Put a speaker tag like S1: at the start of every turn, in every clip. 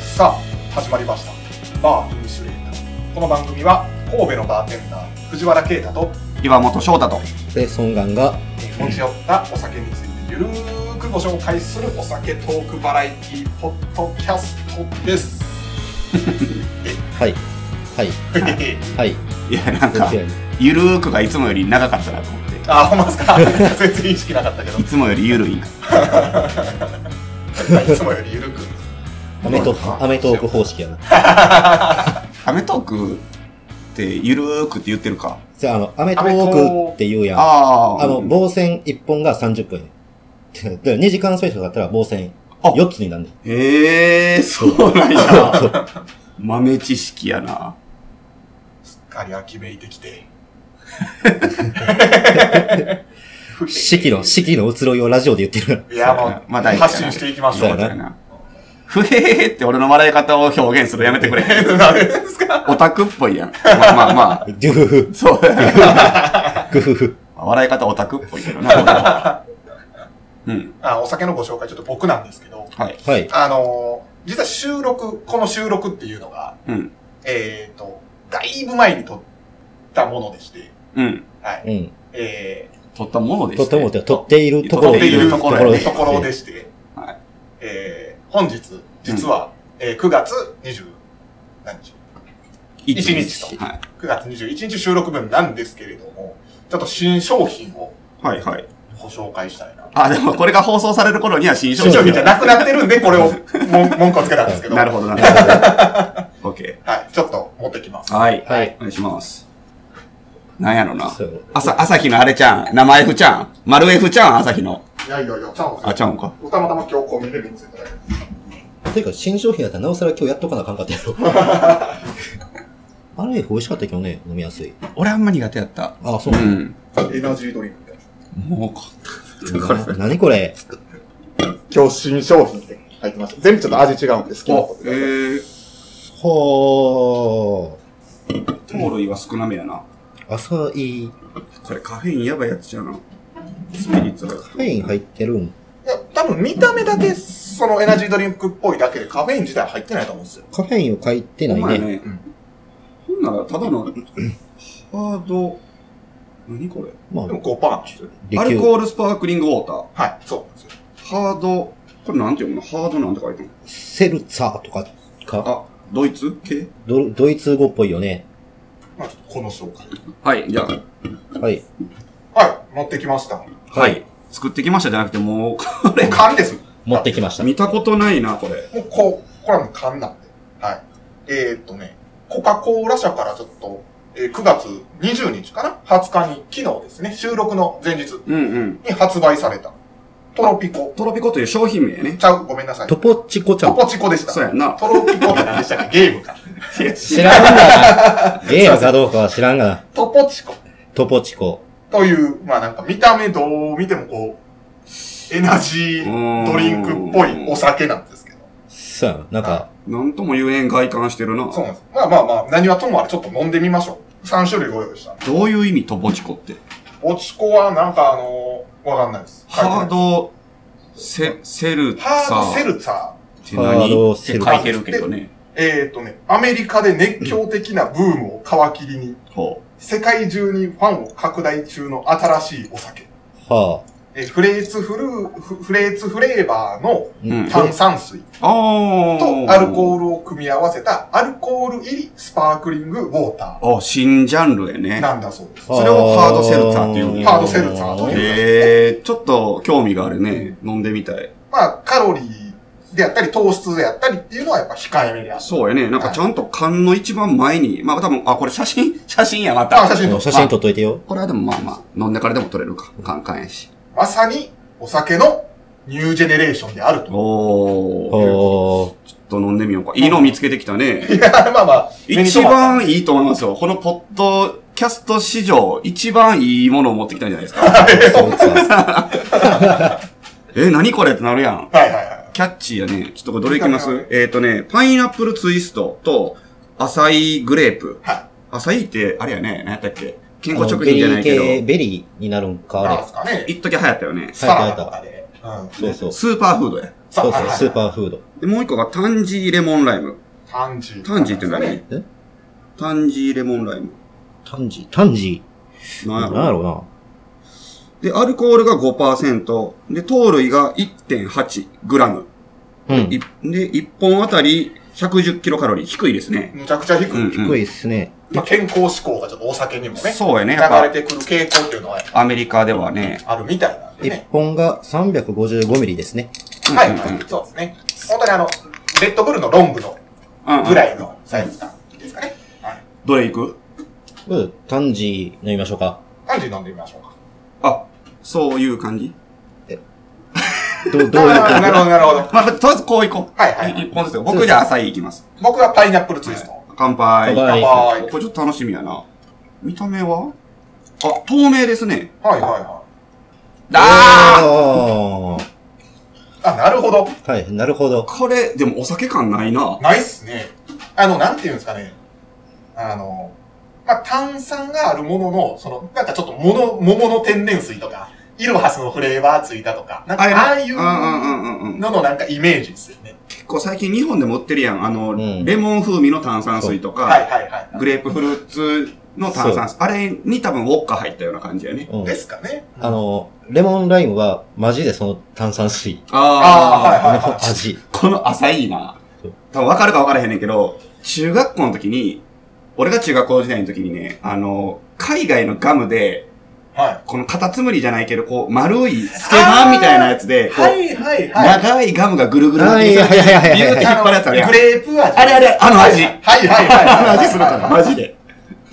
S1: さあ始まりましたバーインシュレーターこの番組は神戸のバーテンダー藤原啓太と
S2: 岩本翔太と
S3: で、ソンガンが、
S1: えー持ち寄ったお酒についてゆるーくご紹介するお酒トークバラエティポッドキャストです
S3: はい、はい、はい、
S2: いやなん
S3: ど
S2: か
S3: ちらに
S2: ゆるーくがいつもより長かったなと思って
S1: あほんまですか 全然意識なかったけど
S2: いつもよりゆるいな
S1: いつもよりゆるく
S3: アメトーク、アメトーク方式やな。
S2: アメトークってゆるーくって言ってるか
S3: じゃあ、あの、アメトークって言うやん。あ
S2: ああ
S3: の、防線1本が30分や。だから2時間スペシャルだったら防線
S2: あ
S3: 4つになるんねん
S2: ええー、そうなんや豆知識やな
S1: すっかり秋めいてきて
S3: 四季の、四季の移ろいをラジオで言ってる。
S1: いや
S2: そうや
S1: も
S2: な
S1: う、
S2: まあ大事やな
S1: 発信していきましょ
S3: そうやな
S2: だよなふへーって俺の笑い方を表現するのや めてくれ
S1: ダメですか
S2: オタクっぽいやんまあまあまあ
S3: ドゥフフ、
S2: そう
S3: グフフ。
S2: 笑い方オタクっぽいけどな俺 はうん
S1: あお酒のご紹介ちょっと僕なんですけど
S2: はい
S3: はい。
S1: あのー実は収録この収録っていうのが
S2: うん
S1: えっ、とだいぶ前に撮ったものでして
S2: うん
S1: はい
S3: うん。
S1: え
S2: 取ったもので
S3: と
S2: して
S3: ってもって、とっていると
S1: ー、
S3: ころ
S1: 撮
S2: 撮
S1: っている
S2: と
S1: とこ
S2: こ
S1: ろ
S2: ろ
S1: で
S2: で
S1: ところでして、
S2: はい
S1: えー、本日実は、えー、9月20何日
S2: 一
S1: 一日と
S2: はい
S1: ?9 月21日収録分なんですけれどもちょっと新商品を
S2: はいはい
S1: ご紹介したいな
S2: あ、でもこれが放送される頃には新商
S1: 新商
S2: 品
S1: 品じゃなくなってるんで、これをもん文句をつけたんですけど。
S2: なる
S1: ほ
S2: ほど、なるほ ど。オッケ
S1: ど。はい、ちょっと持ってきます。
S2: ー。はい。
S3: はい
S2: お願いします。なんやろな
S3: そう。
S2: 朝、朝日のあれちゃん。生 F ちゃん。丸 F ちゃん、朝日の。
S1: いやいやいや、ちゃうん
S2: あ、ちゃうんか。
S1: すたまたま今日こう見れるんですよ。
S3: ていうか、新商品やったらなおさら今日やっとかなあかんかったや ろ。あれ、美味しかったけどね、飲みやすい。
S2: 俺あんま苦手やった。。
S3: あそううん
S1: エナジードリンクみたいな。
S2: もうこ、これ
S3: な何これ
S1: 今日新商品って入ってました。全部ちょっと味違うんですけ
S2: お
S1: ど、。
S2: えー、
S3: ほ
S2: 糖類は少なめやな。
S3: ー。浅い。
S2: これカフェインやばいやつじゃな。スピリッツが。
S3: カフェイン入ってるん
S1: いや、多分見た目だけ、そのエナジードリンクっぽいだけでカフェイン自体入ってないと思うんですよ。
S3: カフェインを書いて
S2: お
S3: な
S2: 前
S3: いね。
S2: ね
S1: うん。
S2: ほんなら、ただの、ハード、何これ
S3: まあ
S1: で、も5%なんですよ。
S3: リ
S2: ア
S3: キ
S2: ル
S3: ュー
S2: コールスパークリングウォーター。
S1: はい、そうなんですよ。
S2: ハード、これなんて読むのハードなんて書いてんの
S3: セルツァーとかか
S2: あ、ドイツ系
S3: ド、ドイツ語っぽいよね。
S1: まあ、ちょっとこの紹介。
S2: はい、じゃあ。
S3: はい。
S1: はい、持ってきました。
S3: はい。
S2: 作ってきましたじゃなくて、もう、こ
S1: これ
S2: れ、
S1: 缶です。も
S3: 持ってきまし た。
S2: 見たことないな、これ。
S1: うこう、これはもう缶なんで。はい。えー、っとね、コカ・コーラ社からちょっと、えー9月20日かな ?20 日に、昨日ですね、収録の前日
S2: うんうん。
S1: に発売された、トロピコ。
S2: トロピコという商品名ね。
S1: ちゃう、ごめんなさい。
S3: ト
S1: ト
S3: ポチコちゃん。
S1: ポチコでした。
S2: そうや んな。
S1: トロピコって何でしたっけゲームか。
S3: 知らん がな。ゲームかどうかは知らんがな。
S1: トポチコ
S3: トポチコ。
S1: という、まあなんか見た目どう見てもこう、エナジードリンクっぽいお酒なんですけど。
S3: そうやな。なんか、
S2: なんとも言えん外観してるな。
S1: そうなんです。まあまあまあ、何はともあれちょっと飲んでみましょう。3種類ご用意したんで。
S2: どういう意味、トポチコって。
S1: ポチコはなんかあのーわかんないです。書いてない
S2: ハード、セ、セルツァ
S1: ハードセ
S2: ーっ
S1: ルツァー。
S2: て
S3: ハー
S2: 何
S3: ド
S2: っ
S3: セル
S2: て
S3: ツ
S2: 書
S3: ァー
S2: いてるけどね。
S1: えーっとね、アメリカで熱狂的なブームを皮切りに、
S2: ほ
S1: 世界中にファンを拡大中の新しいお酒。
S3: はあ。
S1: えーフレーツフルーフ、フレーツフレーバーの
S3: う
S2: うん
S1: 炭酸水
S2: う。あ
S1: と
S2: ー。
S1: アルコールを組み合わせたアルコール入りスパークリングウォータ
S2: あ、新ジャンルやね
S1: ー。なんだそうです。
S2: それをハードセルツァーっていうんや
S1: ハードセルツァーという
S2: えー、ちょっと興味があるね。飲んでみたい。
S1: まあ、カロリーであったり、糖質であったりっていうのはやっぱ控えめである。
S2: そうやね。なんかちゃんと缶の一番前に、まあ多分、あ、これ写真 写真や、ま
S1: まあ、
S2: た。
S1: 写真
S3: うん写真撮っといて よ。
S2: これはでもまあまあ、飲んでからでも撮れるか。缶缶やし。
S1: まさにお酒のニュージェネレーションであると。
S2: おー。
S3: おー。
S2: ちょっと飲んでみようか。いいの見つけてきたね。
S1: いや、まあまあ、目に
S2: 一
S1: 留まっ
S2: 番いいと思いますよ。このポッドキャスト史上、一番いいものを持ってきたんじゃないです か。
S3: そうそう
S2: え、何これってなるやん。
S1: たはいはいはい。
S2: キャッチーやね。ちょっとこれどれいきま
S1: いい
S2: す
S1: か
S2: えっ、ー、とね、パイナップルツイストと、アサイグレープ。
S1: は
S2: アサイって、あれやね、何やったっけ健
S3: あ
S2: 康
S3: の
S2: 食品じゃないけど
S3: ベリー系、、ベリーになるんか、
S1: なん
S3: あ
S1: ですかね。
S2: 一時流行ったよね。
S1: サラダとかで。うん。
S3: れ。そうそう。
S2: スーパーフードや。
S1: さ
S3: そう
S1: あ、
S3: そう、
S1: はい
S3: スーパーフード。
S2: で、もう一個がタンジーレモンライム。
S1: タンジー。
S2: タンジーって何
S3: え
S2: タンジーレモンライム。
S3: タンジー、タンジー。
S2: なんや
S3: なん
S2: ろ
S3: やろうな。
S2: で、アルコールが5%、で、糖類が 1.8g。
S3: うん。
S2: いで、1本あたり 110kcal 低いですね。
S1: むちゃくちゃ低い。
S2: うんうん
S3: 低いっすね。
S1: まあ、健康志向がちょっとお酒にもね、
S2: そうやね。
S1: 流
S2: やっ
S1: れ
S2: ぱ、
S1: てくる傾向っていうのは
S2: アメリカではね。
S1: あるみたいなんで
S3: 一
S1: ね。
S3: 本が355ミリですね。
S2: うん
S1: はい、
S2: うん
S1: はいそうですね。本当にあの、レッドブルのロングの
S2: うんうん
S1: ぐらいのサイズ感ですかね。はい。
S2: どれ行く
S3: うんタンジー飲みましょうか。
S1: タンジー飲んでみましょうか。
S2: あ、そういう感じ
S3: どう、どういう
S1: あーなるほど、なるほど。
S2: まあ、とりあえずこう行こう。
S1: はいはい
S2: 一本ずつ。僕じゃあ浅い行きます。
S1: 僕はパイナップルツイスト。
S2: 乾杯。
S3: 乾杯
S1: はい。
S2: これちょっと楽しみやな。見た目はあ、透明ですね。
S1: はいはいは
S2: あー
S3: あ
S1: い。あ、なるほど。
S3: あはい、なるほど。
S2: これ、でもお酒感ないな。
S1: ないっすね。あの、なんていうんですかね。あの、まあ、炭酸があるものの、その、なんかちょっともの、桃の天然水とか、イロハスのフレーバーついたとか、なんか
S2: あれね
S1: ああいううん
S2: うんうんうんうん。
S1: ののなんかイメージですよね。
S2: 結構最近日本でも売ってるやん。あの、
S3: ん
S2: レモン風味の炭酸水とか、
S1: はいはいは
S2: グレープフルーツの炭酸水。あれに多分ウォッカ入ったような感じやね。
S3: う
S1: い。
S3: ん
S1: で。すかね。
S3: あの、レモンライムは、マジでその炭酸水
S1: あーはいはい
S3: の味。
S2: この浅いな
S3: そう。
S2: 多分分かるか分からへんねんけど、中学校の時に、俺が中学校時代の時にね、あの、海外のガムで、
S1: は
S2: このカタツムリじゃないけど、こう、丸いスケバンみたいなやつで、
S1: い。
S2: こう、
S1: はいはいはい。
S2: 長いガムがぐるぐる
S3: は
S2: 巻き
S3: い
S2: に
S3: は
S2: さ
S3: い
S2: れて
S3: はいはいはい
S2: ビューって
S3: はい。
S2: 引っ張るやつあるやん
S1: グレープ味。
S2: あれあれあの味
S1: はいはいはいはいはい。
S2: あの味するから、
S1: なん
S2: マジで。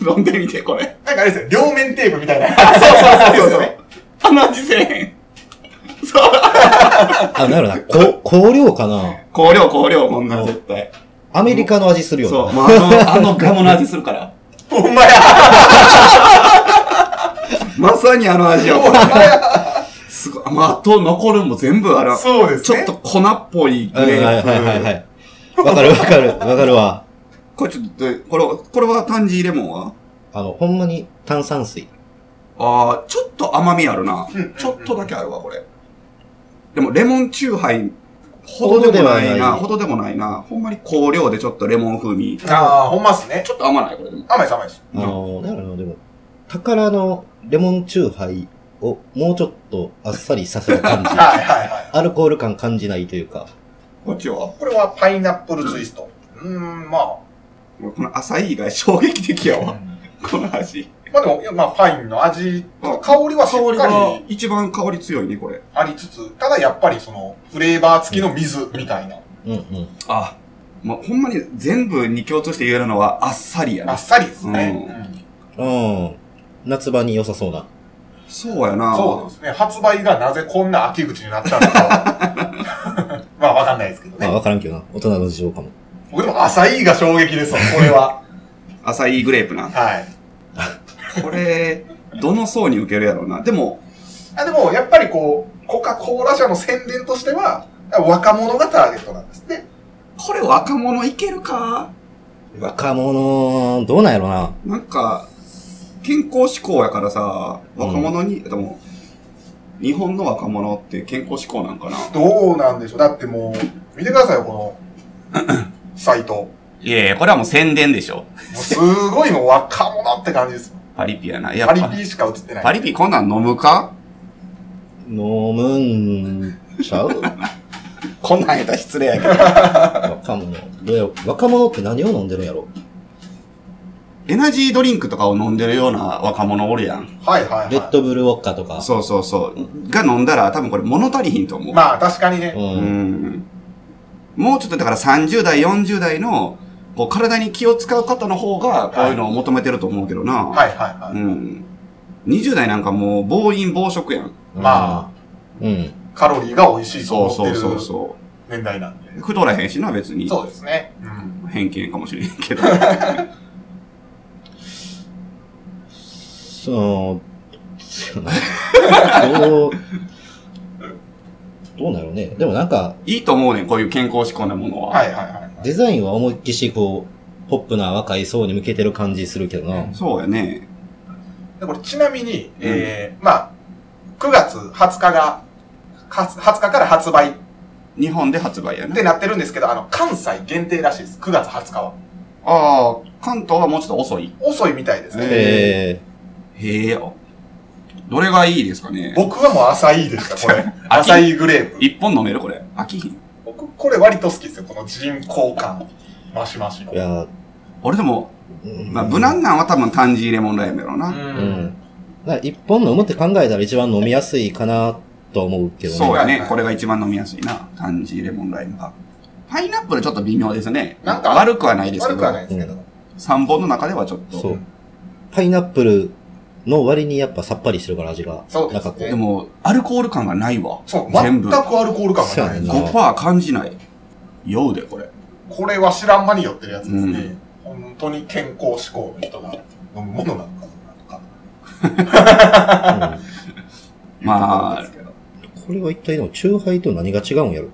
S2: 飲んでみて、これ。
S1: かあれですよ、両面テープみたいな。
S2: そうそうそう。あの味せえへん。そう。
S3: あ、なるな。こ香料かな
S2: 香料、香料、こんなん絶対。
S3: アメリカの味するよ
S2: そう。
S3: な。
S2: もうあの、あのガムの味するから。
S1: ほんまや。
S2: まさにあの味よ。 すごい。まあ、あと残るんも全部あら、
S1: そうです
S2: ちょ
S1: ね。
S2: っと粉っぽい
S3: うん
S2: グ
S3: は
S2: レ
S3: いはいはいはいは
S2: ープ。
S3: い。わかるわかる。わかるわ。
S2: これちょっと、これ、これはタンジーレモンは
S3: あの、ほんまに炭酸水。
S2: ああ、ちょっと甘みあるな
S1: うんうんうん。
S2: ちょっとだけあるわ、これ。でも、レモンチューハイほどでもないな、ほ
S3: ほ
S2: どでもないな。ほんまに香料でちょっとレモン風味。ち
S1: ああ、ほんまっすね。ちょ
S2: ょっと甘ない、これでも。
S1: 甘いです甘いです。
S3: あの、なんやろな、でも、宝のレモンチューハイをもうちょっとあっさりさせる感 じ。
S1: はいはいはい。
S3: アルコール感感じないというか。
S2: こっちは
S1: これはパイナップルツイスト。うーん、まあ。
S2: この浅い以外衝撃的や わ。この味。
S1: まあでも、いやまあ、パインの味、
S2: うん
S1: 香りはし
S2: 香
S1: っ
S2: りが
S1: かり
S2: 一番香り強いね、これ。
S1: ありつつ、ただやっぱりその、フレーバー付きの水みたいな、
S3: うんうん。
S2: あ、まあ、ほんまに全部に共通して言えるのはあっさりや
S1: あ
S2: な
S1: っ。さりですね。
S2: う
S1: うん
S3: うん。夏場に良さそうな。
S2: そうやな。
S1: そうですね。発売がなぜこんな秋口になったのかは。まあ、わかんない ですけど
S3: まあ、
S1: ね。
S3: わからんけどな。大人の事情かも。
S1: 僕でも、浅いが衝撃ですわ、これは。
S2: 浅いグレープな。
S1: はい。
S2: これ、どの層に受けるやろうな。でも、
S1: あでも、やっぱりこう、コカ・コーラ社の宣伝としては、若者がターゲットなんですね。
S2: これ若者いけるか
S3: 若者、どうなんやろな。
S2: なんか、健康志向やからさ、
S3: うん
S2: 若者に、でも、日本の若者って健康志向なんかな
S1: どうなんでしょう。だってもう、見てくださいよ、こ の、サイト。
S2: いやいや、これはもう宣伝でしょ。
S1: もうすごいもう若者って感じです。
S2: パリピやな。いや
S1: パリピしか映ってない。
S2: パリピこんなん飲むか
S3: 飲むんち ゃう
S2: こんなんやったら失礼やけど。
S3: 若者。で、若者って何を飲んでるんやろ
S2: エナジードリンクとかを飲んでるような若者おるやん。
S1: はいはいはい。
S3: レッドブルウォッカとか。
S2: そうそうそう。が飲んだら多分これ物足りひんと思う。
S1: まあ確かに
S3: う。
S1: ね。
S2: うんん。もうちょっとだから30代、40代の、こう体に気を使う方の方が、こういうのを求めてると思うけどな。
S1: はいはいはい。
S2: うん。20代なんかもう、暴飲暴食やん。
S1: ま
S3: うん。
S1: あ、カロリーが美味しいと
S2: そう
S1: 思って
S2: そう
S1: る
S2: そうそ
S1: 年代なんで。
S2: う。太らへんしな、別に。
S1: そうですね。うん。
S2: 偏見かもしれんけど。
S3: その、そうなどう、 どうなるね。でもなんか、
S2: いいと思うねん、こういう健康志向なものは。
S1: はいはいはい。
S3: デザインは思いっきしこう、ポップな若い層に向けてる感じするけどな。
S2: そうやね。
S1: でこれちなみに、えー、まあ、9月20日が、か20日から発売
S2: 日本で発売や
S1: って
S2: ね。
S1: なってるんですけど、あの、関西限定らしいです。9月20日は。
S2: ああ、関東はもうちょっと遅い。
S1: 遅いみたいですね。
S3: え
S2: へえ。どれがいいですかね
S1: 僕はもう浅いですから、これ。
S2: あ
S1: 浅いグレープ。
S2: 一本飲めるこれ。飽きひん。
S1: 僕、これ割と好きですよ。この人工感。マシマシの。
S3: ー、いや、
S2: 俺でも、
S3: うん
S2: まあ、無難なんは多分タンジーレモンライムやろな。
S3: う
S1: うん
S3: ん。だから一本飲むって考えたら一番飲みやすいかなとは思うけどね。
S2: そうや
S1: はい
S2: ね
S1: は。い
S2: これが一番飲みやすいな。タンジーレモンライムが。パイナップルちょっと微妙ですね。
S1: なんか
S2: 悪くはないですけ
S1: 悪くはない
S2: ど、
S1: ですけど。
S2: 三本の中ではちょっと。
S3: そう。パイナップルの割にやっぱさっぱりしてるから味が。
S1: そうですね
S3: なんかこ
S2: でも、アルコール感がないわ。
S1: そう、
S2: 全
S1: 全
S2: 部
S1: くアルコール感が
S3: そう
S1: な
S3: や
S1: い
S3: ね。
S2: 5%感じない。酔うで、これ。
S1: これは知らん間に寄ってるやつですね。本当に健康志向の人が飲むものなのかなとか。
S3: う、
S2: まあ、
S3: うん、これは一体でもチューハイと何が違うんやろ。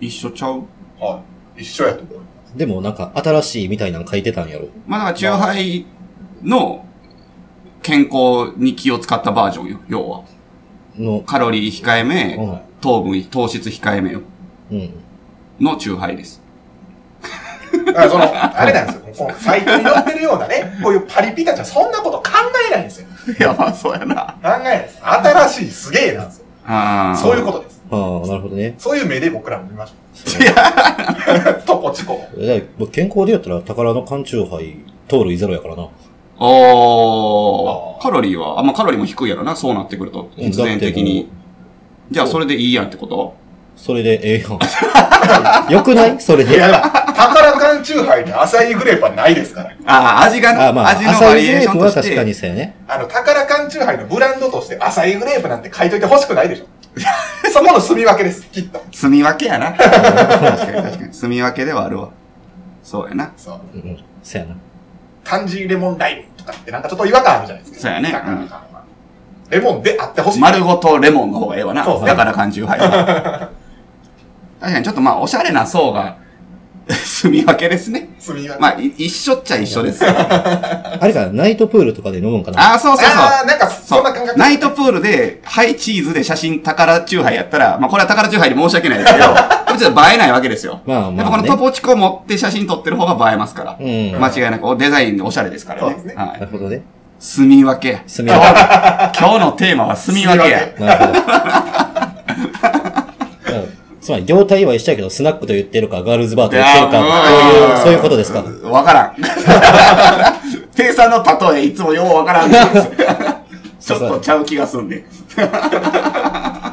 S2: 一緒ちゃう。
S1: あ、はい。一緒やと思いま
S3: でもなんか新しいみたいなの書いてたんやろ。
S2: まあ、だから、チューハイの健康に気を使ったバージョンよ、要は。
S3: の、
S2: カロリー控えめ、糖分、糖質控えめよ、
S3: うん。うん。
S2: のチューハイで
S1: す。
S2: す。
S1: だからその、あれなんですよ。このサイトに載ってるようなね、こういうパリピたちはそんなこと考えないんですよ。考
S2: やばそうやな。
S1: えないです。新しいすげえなんですよ。
S2: ああ。。
S1: そういうこととです。
S3: ああ、なるほどね。
S1: そういう目で僕らも見まし
S3: そう
S1: た。とポチコ。
S3: だから僕健康で言ったら宝の缶チューハイ、糖類ゼロやからな。
S2: お
S1: あ
S2: ー。
S1: ー
S2: カロリーは、あ、まあ、カロリーも低いやろな、そうなってくると。
S3: うん
S2: 必然的に。じゃあ、それでいいやんってこと
S3: それでええ やん。よくないそれ
S1: いや
S3: で。
S1: だから、宝缶チューハイに浅いグレープはないですから。
S2: ああ、味がな、
S3: あまあ、
S2: 味の
S3: 朝
S2: バ
S3: 日
S2: リエー
S3: レ
S2: ショ
S3: ー
S2: ンと
S3: プは
S2: し
S3: 確か
S2: て。
S3: にそうやね。
S1: あの、宝缶チューハイのブランドとして浅いグレープなんて書いといてほしくない でしょ。そこの住み分けです、きっと。
S2: 住み分け やな。確かに確かに。住み分けではあるわ。そうやな。
S1: そう。
S3: うんうん。そうやな。
S1: タンジーレモンライムとかってなんかちょっと違和感あるじゃないですか。
S2: そうやねうん
S1: 宝缶はレモンであってほしい。
S2: 丸ごとレモンの方がええわな。
S1: そうそう
S2: だから缶中杯は。 確かにちょっとまあ、おしゃれな層が、 住み分けですね。
S1: 住み分け。
S2: まあ、い一緒っちゃ一 緒ですよ。
S3: あれか、ナイトプールとかで飲むんかな。
S2: ああ、そうそうそう。
S1: あーなんか
S2: そ
S1: そんな感
S2: う。
S1: 覚。
S2: ナイトプールで、ハイチーズで写真宝チューハイやったら、まあこれは宝チューハイで申し訳ないです けど、これちょっと映えないわけですよ。
S3: まあ
S2: やっぱ
S3: ま
S2: こ
S3: あ、
S2: の
S3: ね。
S2: トポチコ持って写真撮ってる方が映えますから。
S3: うん。
S2: 間違いなく、おデザインでおしゃれですから
S1: そうで
S2: ね。
S1: すね
S2: は。
S3: ないるほどね。
S2: 住み分け。
S3: すみませ
S2: 今日のテーマは住み分けや。
S3: ん。なるほど。うんつまり、業態は一緒やけど、スナックと言ってるか、ガールズバーと言ってる
S2: いやーう
S3: か、
S2: ん
S3: そういう、そういうことですか。
S2: わからん。 店員さんの例えいつもようわからん です。ちょっとちゃう気がすんで。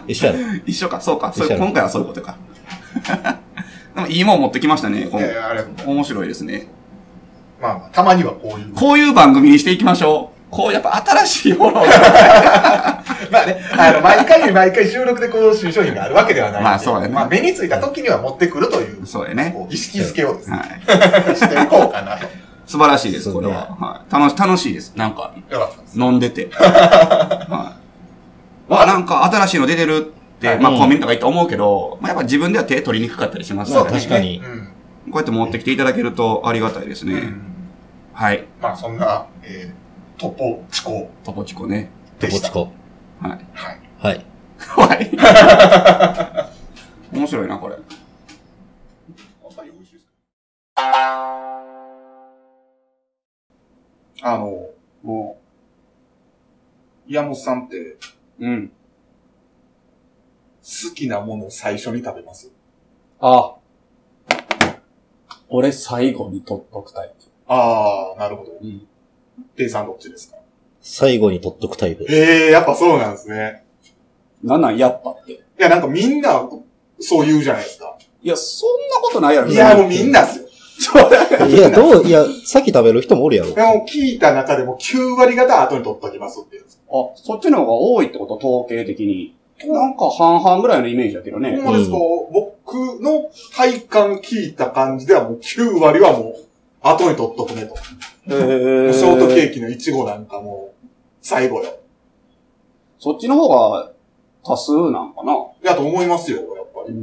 S3: 一緒やろ。
S2: 一緒か、そうか。そう
S3: 一緒やろ
S2: 今回はそういうことか。 でもいいもん持ってきましたね。こ
S1: いやいやありがとうござい
S2: 面白いですね。
S1: まあまあ、たまにはこういう。
S2: こういう番組にしていきましょう。こう、やっぱ新しいも のを。
S1: まあね、あの、毎回毎回収録でこう、新商品があるわけではないんで。
S2: まあそうやね
S1: まあ目についた時には持ってくるという、
S2: そうやね。
S1: こう、意識づけをですね、
S2: はい。
S1: していこうか なと。
S2: 素晴らしいです、これ
S3: そう
S2: は。はい、楽し、楽しいです。なんか、
S1: よかったです。
S2: 飲んで て。はい。わ、なんか新しいの出てるって、
S1: はい
S2: まあ
S3: うん
S2: コンビニとか行って思うけど、まあやっぱ自分では手取りにくかったりしますから
S3: まあ
S2: ね。
S3: 確かに
S1: うん。
S2: こうやって持ってきていただけるとありがたいです
S1: う
S2: ね。
S1: ん
S2: はい。
S1: まあそんな、えー、トポチコ
S2: トポチコね。
S3: ト
S1: で
S3: ポ
S1: し
S3: チ
S1: た。
S3: コ。
S2: はい。
S1: はい。
S3: はい。
S2: はい。面白いな、 これ。
S4: あの、もう、山本さんって、
S2: うん。
S1: 好きなものを最初に食べます。
S4: あ俺最後に取っとくタイプ。
S1: ああ、なるほど。
S4: うん
S1: ペイさんどっちですか
S3: 最後に取っとくタイプ。
S1: ええやっぱそうなんですね。
S4: なんなんやっぱって。
S1: いや、なんかみんな、そう言うじゃないですか。
S4: いや、そんなことないやろ。
S1: いや、もうみんなですよ。
S3: いや、どう、いや、先食べる人もおるやろ。
S1: でも聞いた中でも9割方後に取っときますって言うんです
S4: あ、そっちの方が多いってこと、統計的に。なんか半々ぐらいのイメージだけどね。
S1: ほんまですか、僕の体感聞いた感じではもう9割はもう後に取っとくねと。
S4: へー
S1: ショートケーキのイチゴなんかもう最後よ。
S4: そっちの方が多数なんかな。う
S1: やと思いますよ、やっぱり。
S4: ー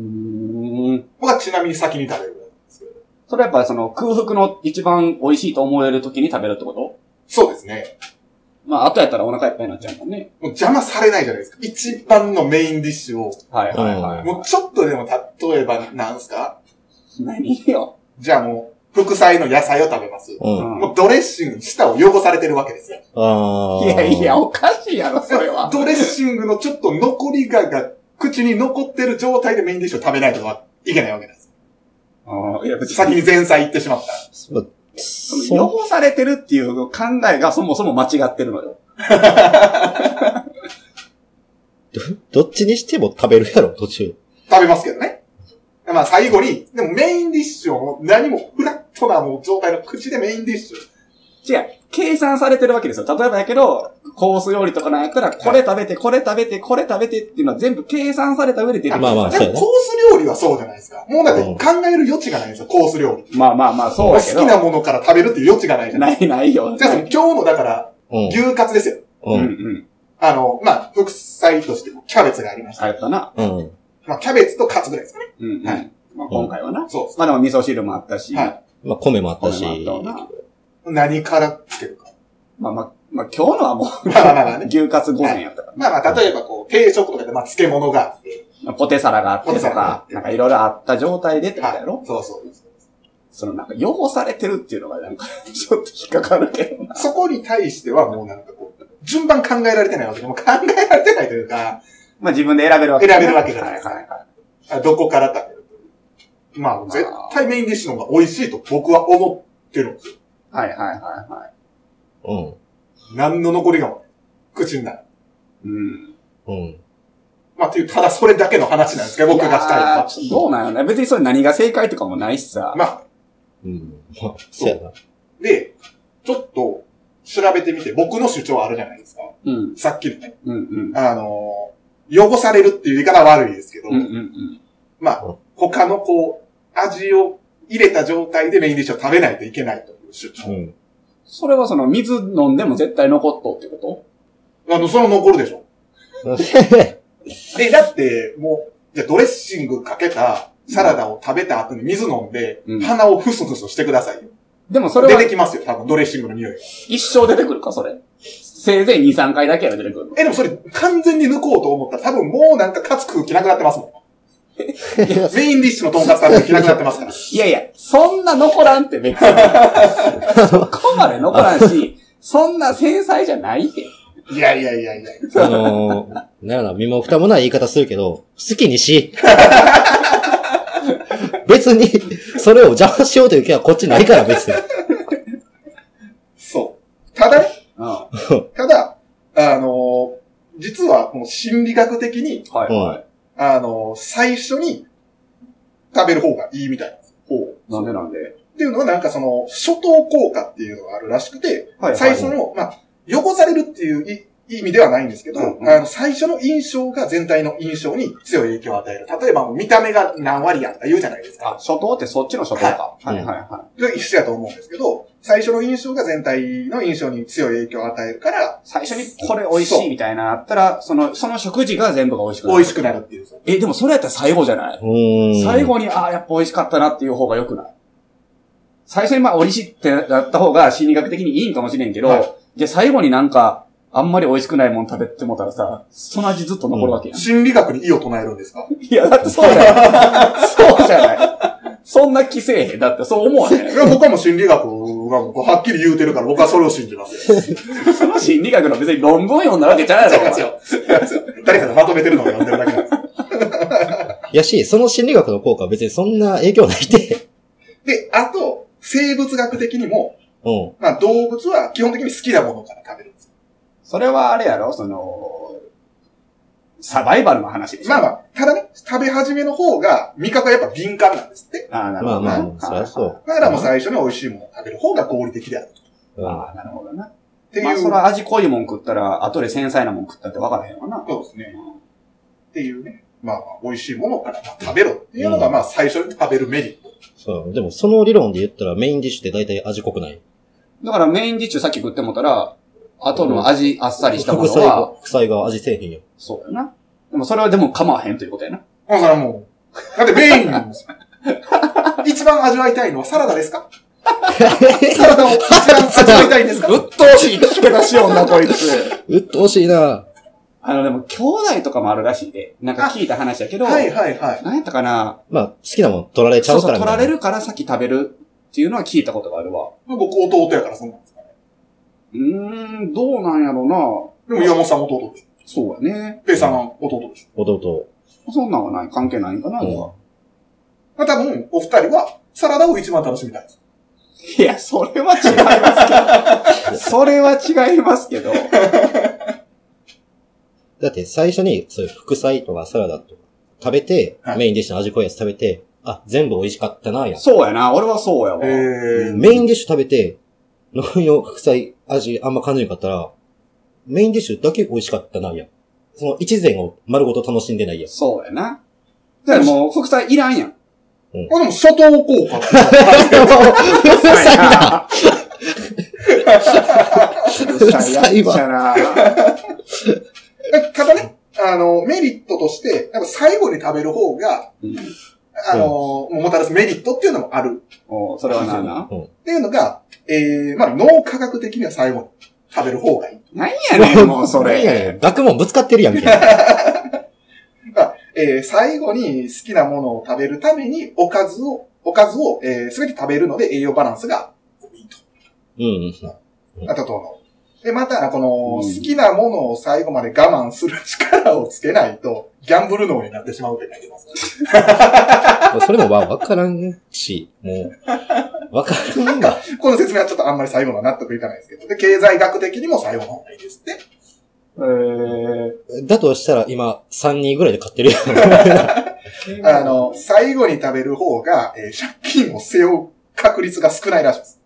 S4: ん。
S1: 僕はちなみに先に食べるんですけど。
S4: それやっぱりその空腹の一番美味しいと思える時に食べるってこと
S1: そうですね。
S2: まあ、後やったらお腹いっぱいになっちゃうもんね。
S1: もう邪魔されないじゃないですか。一番のメインディッシュを、
S2: はいはいは い、
S1: もうちょっとでも例えばなんすか
S2: 何よ。
S1: じゃあもう、副菜の野菜を食べます。
S3: う。
S2: うん
S1: もうドレッシングに舌を汚されてるわけですよ。
S3: ああ。
S2: いやいや、、おかしいやろ、それは。
S1: ドレッシングのちょっと残りが、が口に残ってる状態でメインディッシュを食べないとはいけないわけなんです。
S2: ああ、いや別
S1: 先に前菜行ってしまったら。
S3: そう。
S2: その汚されてるっていう考えがそもそも間違ってるのよ。
S3: どどっちにしても食べるやろ、途中。
S1: 食べますけどね。まあ最後に、でもメインディッシュをもう何もフラットなもう状態の口でメインディッシュ。
S2: 違う。計算されてるわけですよ。例えばやけど、コース料理とかなんやったら、これ食べて、これ食べて、これ食べてっていうのは全部計算された上で出てくる。
S3: まあまあ
S1: でもコース料理はそうじゃないですか。もうだって
S3: うん
S1: 考える余地がないんですよ、コース料理。
S2: まあまあまあ、そう
S1: 好
S2: やけど。
S1: きなものから食べるっていう余地がないじゃない
S2: ないないよ。
S1: ですか。今日のだから、
S3: うん。
S1: 牛カツですよ。
S2: う
S3: うん。
S2: うんん。
S1: あの、まあ、副菜としてキャベツがありました。
S2: あれだな。
S3: うん。
S1: まあ、キャベツとカツぐらいですかね。
S2: うんうん。
S1: は
S2: まあ今回はな。
S1: そう。
S2: まあでも味噌汁もあったし。
S1: は
S3: まあ、米もあったし。
S2: 米もあったわな
S1: 何からつける か。
S2: まあまあ、まあ今日のはも
S1: まあまあまあ
S2: う、
S1: ね。
S2: 牛カツ午前やったから。
S1: まあまあ、例えばこう、定食とかで、まあ、漬物があって。
S2: まあポテサラがあって
S1: ポテ
S2: と
S1: サラがあ
S2: か、なんかいろいろあった状態でってことやろ
S1: そうそう。
S2: そのなんか汚されてるっていうのがなんか ちょっと引っかかるけど。
S1: そこに対してはもうなんかこう、順番考えられてないわけでも考えられてないというか、
S2: まあ自分で選べるわけ
S1: 選べるわけじゃないですか
S2: はいはいはい
S1: あどこから食べるまあ、絶対メインディッシュの方が美味しいと僕は思ってるんですよ。
S2: はいはいはいはい。
S3: うん。
S1: 何の残りがも口になる。
S2: うん。
S3: うん。
S1: まあ、という、ただそれだけの話なんですけど、僕がしたいの
S2: いや
S1: は
S2: ー。ちょっとどうなんやろね。別にそれ何が正解とかもないしさ。
S1: まあ、
S3: うん。まあ、そうやな。
S1: で、ちょっと調べてみて、僕の主張あるじゃないですか。
S2: うん。
S1: さっきのね、
S2: うんうん。
S1: あのー汚されるっていう言い方は悪いですけど、
S2: うんうんうん。
S1: まあ、他のこう、味を入れた状態でメインディッシュを食べないといけないという主張。
S3: うん。
S2: それはその水飲んでも絶対残っとうってこ
S1: あの、その残るでしょ。で、だって、もう、じゃあドレッシングかけたサラダを食べた後に水飲んで、
S2: うん
S1: 鼻をふそふそしてくださいよ。
S2: とでもそれ
S1: 出
S2: は
S1: てきますよ、多分、ドレッシングの匂いが。
S2: 一生出てくるか、それ。せいぜい2、3回だけは出てくるの。
S1: え、でもそれ、完全に抜こうと思ったら、多分もうなんか勝つ空気なくなってますもん。メインディッシュのトンカツ食べる気なくなってますから。
S2: いやいや、そんな残らんって別に。そこまで残らんし、そんな繊細じゃないって。
S1: いやいやいやいや。
S3: あのー、なんやろな、身も蓋もない言い方するけど、好きにし。 別に、それを邪魔しようという気はこっちないから別に。
S1: そう。ただね、
S2: うん。は
S1: ただ、あのー実は、この心理学的に、
S2: いは
S1: あのー最初に食べる方がいいみたいなんですよ。
S2: い。なんでなんで
S1: っていうのはなんかその、初等効果っていうのがあるらしくて、
S2: は
S1: 最初の、まあ、汚されるっていうい意味ではないんですけど、
S2: うんうん
S1: あの、最初の印象が全体の印象に強い影響を与える。例えばもう見た目が何割やとか言うじゃないです
S2: あ
S1: か。、
S2: 初等ってそっちの初等か。
S3: は
S2: はいいはいは
S1: それ一緒やと思うんですけど、最初の印象が全体の印象に強い影響を与えるから
S2: い。、最初にこれ美味しいみたいなのあったら、その、その食事が全部が美味しくな
S1: 美
S2: る。
S1: 味しくなるっていう。
S2: え、でもそれやったら最後じゃないう
S3: ーん。
S2: 最後に、ああ、やっぱ美味しかったなっていう方が良くない最初にまあ美味しいってなった方が心理学的にいいんかもしれんけど、
S1: はい
S2: じゃあ最後になんか、あんまり美味しくないもん食べてもたらさ、その味ずっと残るわけやん。
S1: 心理学に異を唱えるんですか
S2: いや、だってそうじゃない。そうじゃない。そんな気せえへん。だってそう思わへん。
S1: いや僕はもう心理学がもうはっきり言うてるから僕はそれを信じ ますよ。
S2: その心理学の別に論文読んだわけじゃないだろ。 お前
S1: 誰かがまとめてるのを読んでるだけなんです。
S3: やし、その心理学の効果は別にそんな影響ないで。
S1: で、あと、生物学的にも、
S3: うん。
S1: まあ動物は基本的に好きなものから食べるんですよ。
S2: それはあれやろ、その、サバイバルの話でしょ。
S1: まあまあ、ただね、食べ始めの方が味覚はやっぱ敏感なんですって。
S2: あー、なるほ
S3: まあ
S2: どな
S3: まあ、そりゃそう。
S1: だからもう最初に美味しいものを食べる方が合理的であるっ
S3: うん
S2: ああ、なるほどな。
S1: ていう。
S2: まあ、そら味濃いもん食ったら、後で繊細なもん食ったって分からへんわな。
S1: そうですね。っていうね。まあ、美味しいものから食べろっていうのが、まあ、最初に食べるメリット。
S3: そう。でも、その理論で言ったらメインディッシュって大体味濃くない。
S2: だからメインディッシュさっき食ってもたら、後の味あっさりしたもの
S3: 副菜が
S2: は、、
S3: 副菜が味せえへんよ。
S2: そうやな。でもそれはでも構わへんということやな。
S1: まあ、それはもう。だってメインなんですよ。一番味わいたいのはサラダですか体を一番味わいたいんですか
S2: うっとうしい聞き方しような、こいつ。
S3: うっとうしいな。
S2: あの、でも、兄弟とかもあるらしいで、なんか聞いた話やけど、
S1: はいはいはい。
S2: なんやったかな、
S3: まあ、好きなもん取られち
S2: そう
S3: ゃう
S2: そ
S3: か
S2: う、
S3: らみ
S2: 取
S3: たいな
S2: られるから先食べるっていうのは聞いたことがあるわ。
S1: 僕弟やからそうなんですかね。
S2: うーん、どうなんやろうな。
S1: でも岩本さん弟でし
S2: そうやね
S1: ょ。。ペイさんは弟でしょ。
S3: 弟。
S2: そんなんはない、関係ないんかな、
S3: うん
S2: 俺は
S1: まあ多分、お二人はサラダを一番楽しみたいです。
S2: いや、それは違い ますけど。それは違いますけど。
S3: だって最初に、そういう副菜とかサラダとか食べて
S1: は、い
S3: メインディッシュの味濃いやつ食べて、あ、全部美味しかったな、や。
S2: そうやな、俺はそうやわ。
S1: え
S3: メインディッシュ食べて、残りの副菜味あんま感じなかったら、メインディッシュだけ美味しかったな、や。その一膳を丸ごと楽しんでないや。
S2: そうやな。だからもう、副菜いらんやん。
S1: まあでも、初等効果 って
S3: 副 菜だ
S2: 副菜やっちゃな。
S1: ただね、あの、メリットとして、やっぱ最後に食べる方が、
S2: うん
S1: あの、もたらすメリットっていうのもある。
S2: おうそれはなな。
S3: うん
S1: っていうのが、えー、まあ、脳科学的には最後に食べる方がいい。
S2: なんやね ん、もうそ
S3: 何やね
S2: れ。
S3: ん学問ぶつかってる やんけ。
S1: えー、最後に好きなものを食べるために、おかずを、おかずを、えー、すべて食べるので栄養バランスがいいと。
S3: うん。
S1: あととの。で、また、この、
S2: うん
S1: 好きなものを最後まで我慢する力をつけないと、ギャンブル脳になってしまうって書いてます。
S3: それもわ、わからんし、もう、わからんが。
S1: この説明はちょっとあんまり最後のは納得いかないですけど。で、経済学的にも最後の方がいいですって。
S2: えー、
S3: だとしたら今、3人ぐらいで買ってるやん。
S1: あの、最後に食べる方が、えー借金を背負う確率が少ないらしいです。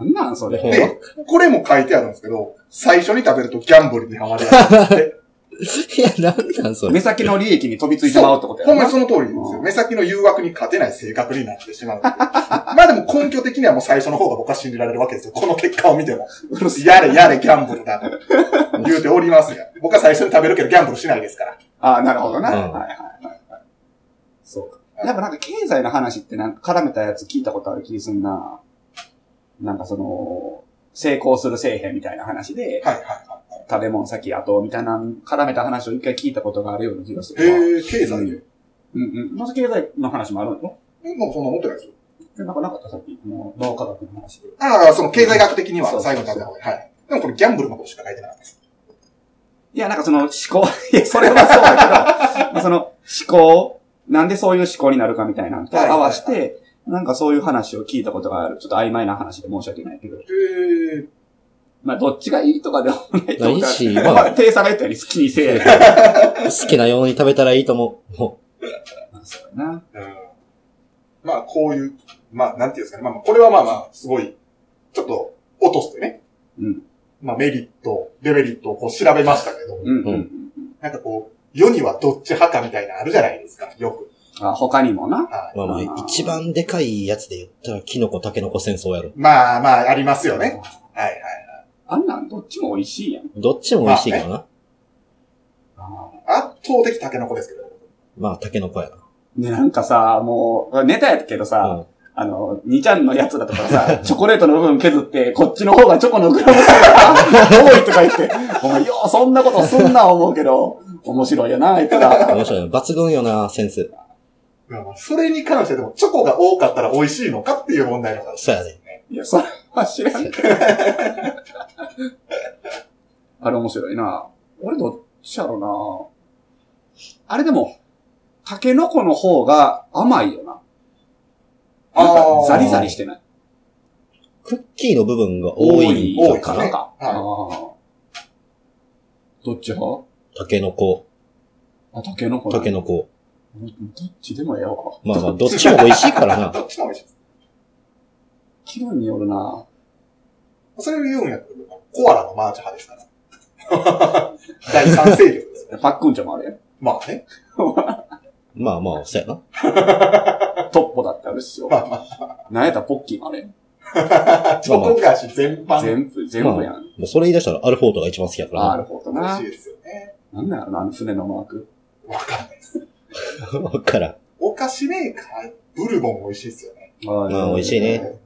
S2: なんなんそれ。
S1: で、これも書いてあるんですけど、最初に食べるとギャンブルにハマる らしいですって。
S3: いや、なんなんそれ。
S2: 目先の利益に飛びついてまうってことや
S1: ほんま
S2: な
S1: に。その通りなんですよ。目先の誘惑に勝てない性格になってしまう。まあでも根拠的にはもう最初の方が僕は信じられるわけですよ。この結果を見ても。
S2: うるせえ
S1: やれやれギャンブルだと。言うておりますが。僕は最初に食べるけどギャンブルしないですから。
S2: ああ、なるほどな。
S3: う
S2: は
S3: ん
S2: いはいはいはい。そうか。やっぱなんか経済の話ってなんか絡めたやつ聞いたことある気すんな。なんかその、成功するせえへんみたいな話で、
S1: はいは
S2: 食べ物先後みたいな絡めた話を一回聞いたことがあるような気がす
S1: い。
S2: るわ。
S1: へえ、経済で。
S2: うんうん。まず経済の話もあるの
S1: えもうそんな持ってないですよ。
S2: でなんかなかったさっき、この脳科学の話で。
S1: ああ、その経済学的に
S2: そ
S1: は
S2: うそう
S1: 最
S2: そ
S1: 後に
S2: う
S1: 食べた方がいい。はい。でもこれギャンブルのことしか書いてなかったです。
S2: いや、なんかその思考、いや、それはそうだけど、まあ その思考、なんでそういう思考になるかみたいなのと
S1: はいはい
S2: 合
S1: はい
S2: わせて、なんかそういう話を聞いたことがある。ちょっと曖昧な話で申し訳ないけど。
S1: へえ。
S2: まあ、どっちがいいとかでもないと
S3: な
S2: 思う
S3: い
S2: から。
S3: し、
S2: まあ、
S3: まあ、
S2: ペイさんが言ったように好きにせえ。
S3: 好きなように食べたらいいと思う。も
S2: まあそうやな。
S1: うんまあ、こういう、まあ、なんていうんですかね。まあまあ、これはまあまあ、すごい、ちょっと、落としてね。
S2: うん。
S1: まあ、メリット、デメリットをこう調べましたけど、
S2: うん、うん、
S3: う
S1: なんかこう、世にはどっち派かみたいなのあるじゃないですか、よく。
S2: あ。他にもな。
S1: は
S3: う、まあまあ、一番でかいやつで言ったら、キノコ、タケノコ戦争やろ。
S1: い。まあまあ、ありますよね。。はいはい。
S2: あんなんどっちも美味しいやん。
S3: どっちも美味しいけどな。
S2: ああ
S1: 圧倒的タケノコですけど。
S3: まあ、タケノコやな。
S2: ね、なんかさ、もう、ネタやけどさ、
S3: うん
S2: あの、2ちゃんのやつだとかさ、 チョコレートの部分削って、こっちの方がチョコのグラム数が多いとか言って、 お前よう、そんなことすんな思うけど、面白いよな、あいつら。
S3: 面白いな。抜群よな、センス。
S1: まあそれに関してでも、チョコが多かったら美味しいのかっていう問題なんです。
S3: そうやね。
S2: いや、それは知らんけど。 あれ面白いな。俺どっちやろな。あれでも、タケノコの方が甘いよな。なん
S1: あ
S2: か
S1: ー
S2: ザリザリしてない。
S3: クッキーの部分が多い
S1: 多い
S2: か
S1: か
S2: な
S1: な
S2: か。あーどっち派
S3: タケノコ、
S2: あ、タケノコな
S3: タケノコ。
S2: どっちでもええわ。
S3: まあまあ、どっちも美味しいからな。
S1: どっちも美味しいです。
S2: 気分によるな。
S1: それを言うんやったら、コアラのマーチ派ですから。 第三勢力です。
S2: パックンチョもあるやん。
S1: まあね。
S3: まあまあ、そうやな。
S2: トッポだってあるっ しょ。
S1: まあま
S2: なんやったらポッキーもあるやん。
S1: あ、チョコ菓子全般。
S2: 全部、全部やん。
S3: もうそれ言い出したら、アルフォートが一番好きやから
S2: な
S3: な
S2: る。ほど
S1: 美味
S2: な
S1: しい。ですよね。
S2: なんだろうな、あの船のマーク。
S1: わかんない。
S3: わからん。
S1: お菓子メーカー、ブルボン美味しいですよね。
S2: あ
S3: あ美味しいね。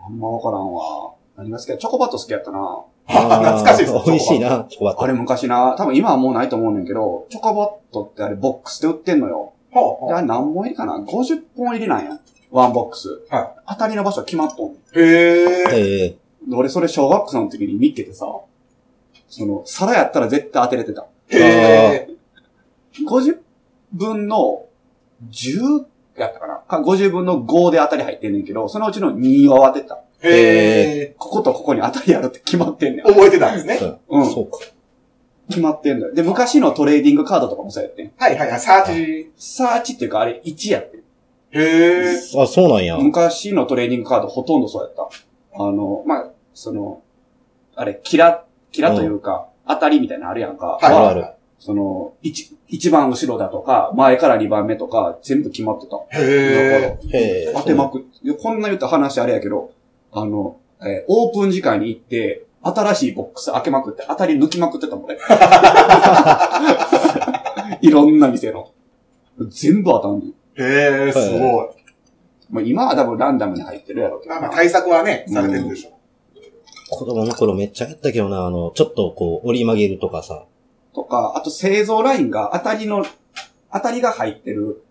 S2: あんまわからんわ。何が好きやチョコバット好きやったな。
S1: 懐かしいです
S3: あー美味しいな、チョコバッ
S2: あれ昔な、多分今はもうないと思うねんけど、チョコバットってあれボックスで売ってんのよ。
S1: ほう
S2: で、あれ何本入りかな ?50 本入りなんや。ワンボックス。
S1: は
S2: 当たりの場所は決まっとんね
S1: へえ
S3: ト。。ええ
S2: ん。俺それ小学生の時に見ててさ、その、皿やったら絶対当てれてた。
S1: へえ。
S2: 50分の10やったかなか ?50 分の5で当たり入ってんねんけど、そのうちの2を当てた。
S1: へえ。
S2: こことここに当たりあるって決まってんねん。
S1: 覚えてたんですね。
S2: うん。
S3: そうか。
S2: 決まってんだよ。で、昔のトレーディングカードとかもそうやってん。
S1: はいはいはい、サーチ。
S2: サーチっていうかあれ1やってん。
S1: へえ。
S3: あ、そうなんや。
S2: 昔のトレーディングカードほとんどそうやった。あの、まあ、その、あれ、キラ、キラというか、当たりみたいなのあるやんか。
S1: はい
S3: あ
S2: は
S3: るあ
S2: その、一、一番後ろだとか、前から二番目とか、全部決まってた。
S1: へえ。
S3: へえ。
S2: 当てまくいやこんな言った話あれやけど、あの、えーオープン時間に行って、新しいボックス開けまくって、当たり抜きまくって たもんね。いろんな店の。全部当たんねん。
S1: へえ、すごい。
S2: まあ、今は多分ランダムに入ってるやろうけど
S1: まあ
S2: な。
S1: まあ対策はね、されてるでしょ
S3: 子供の頃めっちゃやったけどな、あの、ちょっとこう、折り曲げるとかさ。
S2: とか、あと製造ラインが当たりの、当たりが入ってる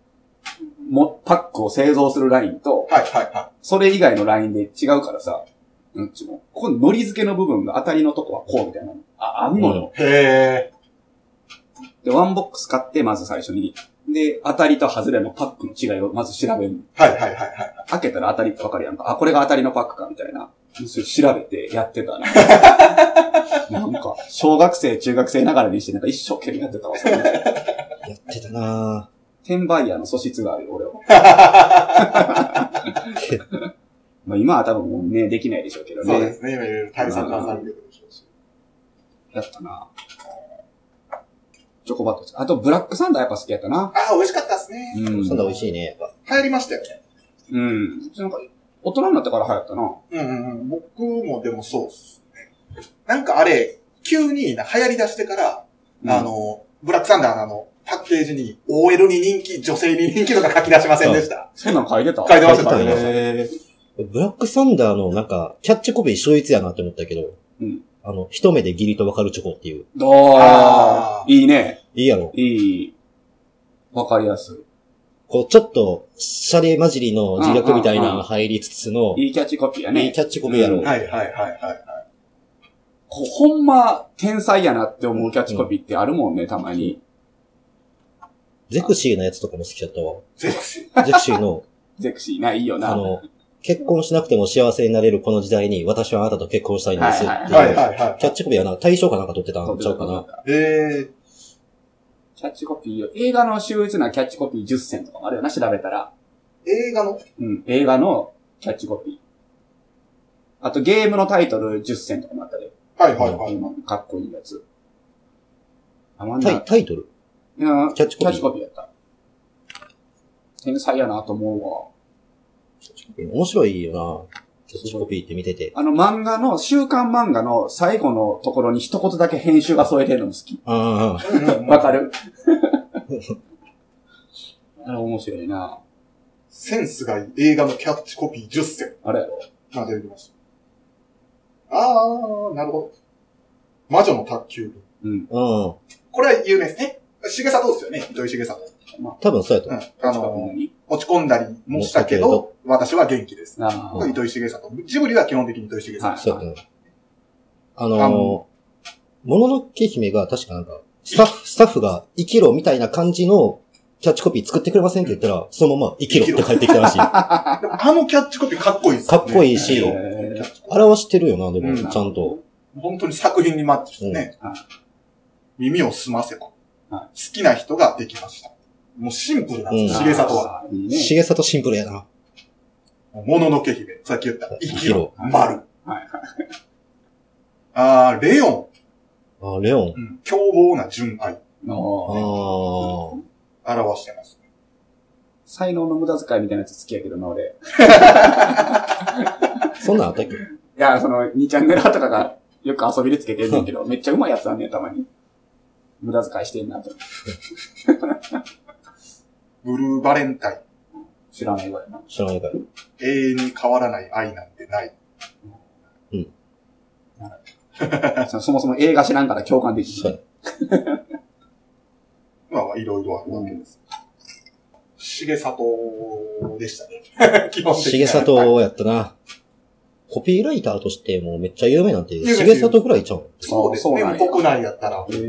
S2: もパックを製造するラインと、
S1: う。はいはいは
S2: それ以外のラインで違うからさ、うんちも、ここのり付けの部分が当たりのとこはこうみたいなの。あ、あんのよ。
S1: い。へえ。
S2: で、ワンボックス買って、まず最初に。で、当たりと外れのパックの違いをまず調べる。
S1: はいはいはいはい。
S2: 開けたら当たりってわかるやんか。あ、これが当たりのパックか、みたいな。それ調べてやって たな。なんか、小学生、中学生ながらにして、なんか一生懸命やってたわ。それ
S3: やってたな
S2: 転売ヤーの素質があるよ、俺 は。まあ今は多分もうね、できないでしょうけど
S1: そうで
S2: ね。
S1: すね、いろいろ対策はされてるでしょうし。
S2: やったな。チョコバット。あと、ブラックサンダーやっぱ好きやったな。
S1: ああ、美味しかったですね。
S2: う
S3: ぁ。そんな美
S2: ん。
S3: 味しいね、やっぱ。
S1: 流行りましたよね。
S2: うん。なんか、大人になってから流行ったな。
S1: うんうんうん。僕もでもそうっすね。なんかあれ、急に流行り出してから、あの、ブラックサンダーのあの、パッケージに OL に人気、女性に人気とか書き出しませんでした。
S2: そんなん書いてた
S1: 書いてました
S3: 書いてました
S2: へ
S3: ブラックサンダーのなんか、キャッチコピー秀逸やなって思ったけど、
S2: うん
S3: あの、一目でギリとわかるチョコっていう。
S2: ーあ
S1: あ
S2: ーいいね。
S3: いいやろ。
S2: いい。わかりやす
S3: こう、ちょっと、シャレ混じりの自虐みたいな
S2: うんうんう
S3: の
S2: ん
S3: 入りつつの
S2: い。、いいキャッチコピーや
S3: いい
S2: ね
S3: キ。ャッチコピーや
S2: う
S3: ろ。
S2: ん
S1: はいはいはいはい。
S2: こうほんま、天才やなって思うキャッチコピーってあるもんね、たまに。
S3: ゼクシーのやつとかも好きだったわ。
S1: ゼクシ
S3: ゼクシーの、
S2: ゼクシーな、いいよな。
S3: あの、結婚しなくても幸せになれるこの時代に、私はあなたと結婚したいんですって、
S2: はい
S1: ー。はいいうはいは
S3: キャッチコピーやな、大賞かなんか取ってたんちゃうかな。
S1: い。え
S2: キャッチコピーよ。映画の秀逸なキャッチコピー10選とかもあるよな、調べたら。
S1: ー、映画の
S2: うん、映画のキャッチコピー。あと、ゲームのタイトル10選とかもあったで。
S1: はいはいはい。
S2: 今かっこいいやつ。たまん
S3: タ
S2: ない
S3: イ。タイトル
S2: うん
S3: キャッチコ
S2: キャ
S3: ピー
S2: ッチコピーやった。天才やなと思
S3: 面白いよな。キャッチコピーって見てて
S2: う。わ。あの漫画の、週刊漫画の最後のところに一言だけ編集が添えてるのも好き。
S3: ああ、
S2: わ かるあれ面白いな。
S1: センスがいい映画のキャッチコピー10選
S2: あれやろ
S1: が出てきました。あー、なるほど。魔女の宅急便。
S2: うん。
S3: うん。
S1: これは有名ですね。重里ですよね。糸井重里。
S3: 多分そうやと
S1: う
S3: 思
S1: ん
S3: う。。
S1: あ
S2: 近くの
S1: の、
S2: に
S1: 落ち込んだりもしたけど、私は元気です。
S2: ああ。
S1: これ糸井重里。ジブリは基本的に糸井重里。
S2: はい
S3: そうやと思う。あ
S1: あ
S3: の
S1: の
S3: ー、もののけ姫が確かなんか、スタッフ、スタッフが生きろみたいな感じのキャッチコピー作ってくれませんって言ったら、そのまま生きろって帰ってきたらしい。か
S1: でもあのキャッチコピーかっこいいですよね。
S3: っこいい
S1: 生
S3: し
S1: き、ろ
S2: えー
S3: 表してるよな、で
S1: う
S3: も、
S1: ん
S3: ちゃんと。
S1: 本当に作品にマッチしてね
S2: うん。
S1: 耳を澄ませば、好
S2: は
S1: きな人ができました。もうシンプルなんです
S3: う
S1: よ、重
S3: ん
S1: 里は。。
S2: ああいいね。
S3: しげさとシンプルやな。
S1: もののけ姫。さっき言った。生きろ。
S2: 生きろ
S1: 丸。
S2: は
S1: あー、レオン。
S3: あ、レオン。
S1: うん凶暴な純愛。
S2: あ
S3: あ
S2: あ
S3: あ。
S1: 表してます。
S2: 才能の無駄遣いみたいなやつ好きやけどな、俺。
S3: そんなんあったっけ
S2: いや、その、2チャンネルとかがよく遊びでつけてんねんけど、めっちゃうまいやつなんねんたまに。無駄遣いしてんなと。
S1: ブルーバレンタイン。
S2: 知らないぐらいな。
S3: 知らないから。
S1: 永遠に変わらない愛なんてない。
S2: そそもそも映画知らんから共感でき
S3: そ
S2: な
S3: う
S2: い。
S1: まあまあ、いろいろあるわけです。重里でしたね。 基本的に
S3: 重
S1: は。
S3: 里やったな。コピーライターとしてもうめっちゃ有名なんて、
S1: 有名
S3: 重里ぐらいちゃうん。
S1: そうですね。
S2: そうなんや
S1: 国内やったら。
S2: へ
S3: で、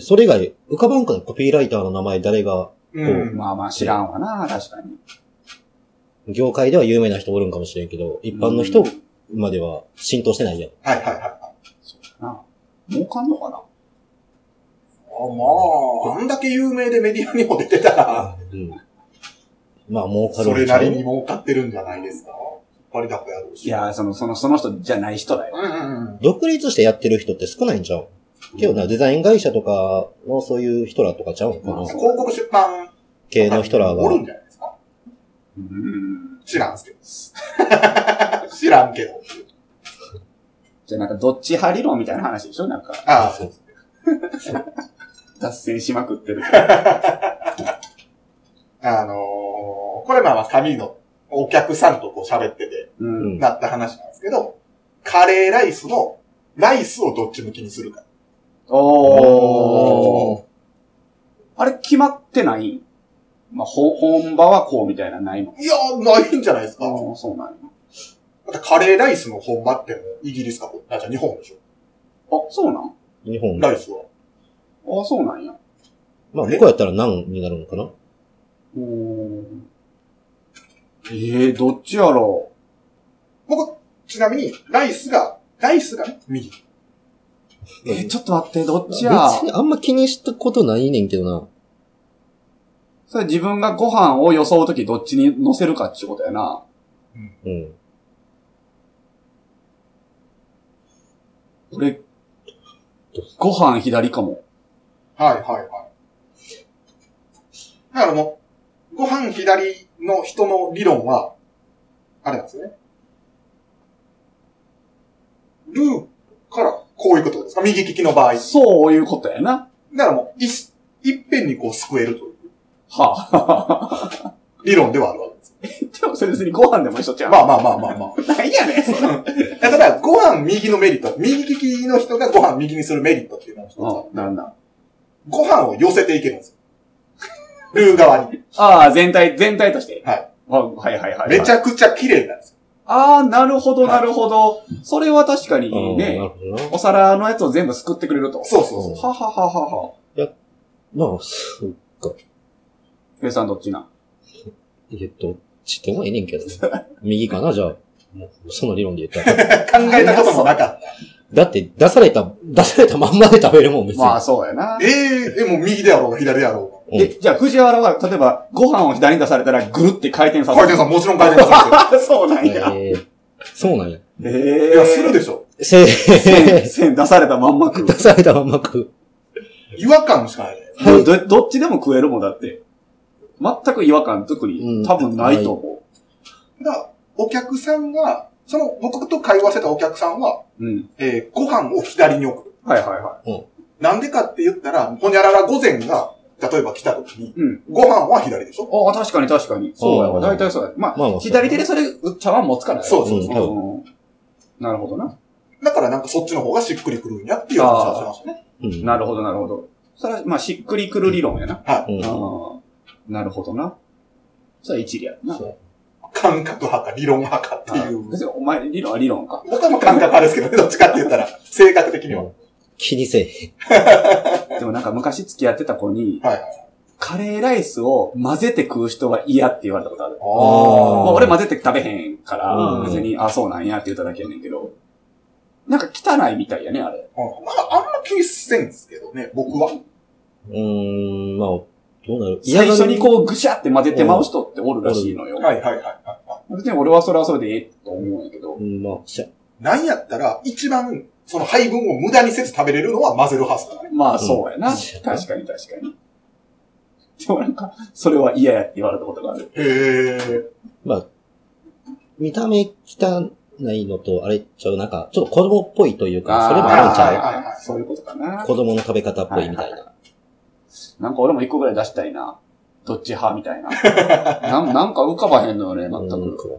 S3: それ以外、浮かばんからコピーライターの名前誰が、
S1: うん。
S2: え。まあまあ知らんわな、確かに。
S3: 業界では有名な人おるんかもしれんけど、一般の人
S2: うん
S3: までは浸透してないやん。
S1: はいはいはい。あ
S2: な儲かんのか
S1: ま
S2: な
S1: あ、あんだけ有名でメディアにも出てたら、
S3: うん。まあ、儲かる
S1: それ
S3: んちゃ
S1: な
S3: う
S1: りに儲かってるんじゃないですか。引っ張りだこやろうし。
S2: い。やー、その、その、その人じゃない人だよ。
S1: うんうんうん。
S3: 独立してやってる人って少ないんちゃうけどな、デザイン会社とかのそういう人らとかちゃうんか
S2: ま
S3: な
S2: あ
S1: 広告出版
S3: 系の人ら
S1: おるんじ
S3: が。
S1: ゃないですか。
S2: うん。
S1: 知らんすけど。知らんけど。
S2: じゃあなんか、どっち派理論みたいな話でしょなんか、
S1: ああ、そう。
S2: 脱線しまくってる。
S1: あのー、これまあまあ紙のお客さんとこう喋ってて
S2: う。
S3: うんん。
S1: なった話なんですけど、カレーライスのライスをどっち向きにするか。
S2: おー。あれ、決まってないまあ、ほ、本場はこうみたいなのないの
S1: いやー、ないんじゃないですか。
S2: ああ、そうなんや。
S1: だってカレーライスの本場ってもうイギリスか、あ、じゃあ日本でしょ。
S2: あ、そうなん
S3: 日本。ま
S1: ライスは。
S2: ああ、そうなんや。
S3: あ、向こうやったら何になるのかな
S2: うーん。ええどっちやろ
S1: 僕、ちなみに、ライスが、ライスがね、右。
S2: う。えー、ちょっと待って、どっ
S3: 別
S2: ちや。
S3: にあんま気にしたことないねんけどな。
S2: それ自分がご飯を装うときどっちに乗せるかってことやな。
S3: うん。
S2: 俺、ご飯左かも。
S1: はいはいはい。だからもう、ご飯左の人の理論は、あれなんですね。ルーからこういうことですか右利きの場合。だ
S2: そういうことやな。
S1: からもう、いしいっぺんにこう救えるという
S2: はあ。
S1: 理論ではあるわけです。
S2: でもそれ別にご飯でも一緒ちゃう。
S1: まあまあまあまあまあ。
S2: あ。なんやねん、それ。
S1: だから、ご飯右のメリット。右利きの人がご飯右にするメリットっていうのは一つある
S2: うん、なんだ。
S1: ご飯を寄せていけるんですよ。ルー側に。
S2: ああ、全体、全体として。
S1: はい
S2: あ。はいはいはい。
S1: めちゃくちゃ綺麗なんですよ。
S2: ああ、なるほど、なるほど。それは確かに
S3: ああなる
S2: ね、
S3: ほどな。
S2: お皿のやつを全部すくってくれると。
S1: そうそうそう。
S2: ははははは。
S3: まあ、そうか。
S2: ふえさんどっちなん
S3: えっと、ちってもええねんけど。 右かなじゃあ。もうその理論で言ったら。
S1: 考えたこともなかった。
S3: だって、出された、出されたまんまで食べるもん、別に。
S2: まあ、そうやな。
S1: えええ、もう右でやろうが左でやろ
S3: うん
S2: え、じゃあ藤原は、例えば、ご飯を左に出されたら、ぐるって回転
S1: う
S2: さ
S1: が。回
S2: せる。
S1: 転さん、もちろん回転させる。
S2: あそうなんや。
S3: えーそうなんや。
S2: え
S1: いや、するでしょ。
S3: せ
S2: 線、
S3: ー、
S2: 線出されたまんま食う
S3: 出。されたまんま食う。
S1: 違和感しかないね。
S3: はい
S2: どどっちでも食えるもんだって。全く違和感特
S3: うん
S2: に多分ないと思
S1: だからお客さんが、その、僕と会話してたお客さんは、
S2: う。うん。
S1: えー、ご飯を左に置く。
S2: はいはいは
S1: なんでかって言ったら、ほにゃらら御前が、例えば来た時に、
S2: い。うん。
S1: ご飯は左でしょ
S2: ああ、確かに確かに。そうやわ。
S3: うん
S2: 大体そうや。まあ、
S3: まあまあそう
S2: 左手でそれ、茶碗持つからね
S1: そう
S3: そうそう
S2: うんなるほどな。
S1: だからなんかそっちの方がしっくりくるんやっていう話をしてましたね。
S3: うん
S2: なるほど、なるほど。それは、まあ、しっくりくる理論やな。
S1: は
S3: うん
S2: ああ、なるほどな。それは一理あるな。
S1: い。感覚派か理論派かっていう。
S2: 別にお前、理論は理論か。
S1: 僕はもう感覚派ですけどね、どっちかって言ったら、性格的には。
S3: 気にせえへん。
S2: でもなんか昔付き合ってた子に、
S1: はい
S2: カレーライスを混ぜて食う人は嫌って言われたことある。
S3: あー
S2: まあ、俺混ぜて食べへんから、
S3: うん
S2: 別に、あ、そうなんやって言っただけやねんけど、なんか汚いみたいやね、あれ。
S1: うんまあ、あんま気にせんですけどね、僕は。
S3: うーん、まあ、どうなる
S2: 最初に
S3: う。
S2: こうぐしゃって混ぜてまう人っておるらしいのよ。
S1: はいはいはい。
S2: 別に俺はそれはそれでええと思うんやけど。
S3: うんまあ、しゃ、
S1: なんやったら、一番、その配分を無駄にせず食べれるのは混ぜる派っすからね。
S2: まあそうやな。
S3: うん
S2: 確かに確かに。でもなんか、それは嫌やって言われたことがある。
S1: へ
S3: 見た目汚いのと、あれちゃう、なんか、ちょっと子供っぽいという
S2: あー
S3: か、それもあるんち
S1: はい
S3: ゃ
S1: はいはいはいう
S2: そういうことか
S3: う
S2: な。
S3: 子供の食べ方っぽいみたいな。
S2: なんか俺も一個ぐらい出したいな。どっち派みた いな。なんなんか浮かばへんのよね、全
S3: うん
S2: く。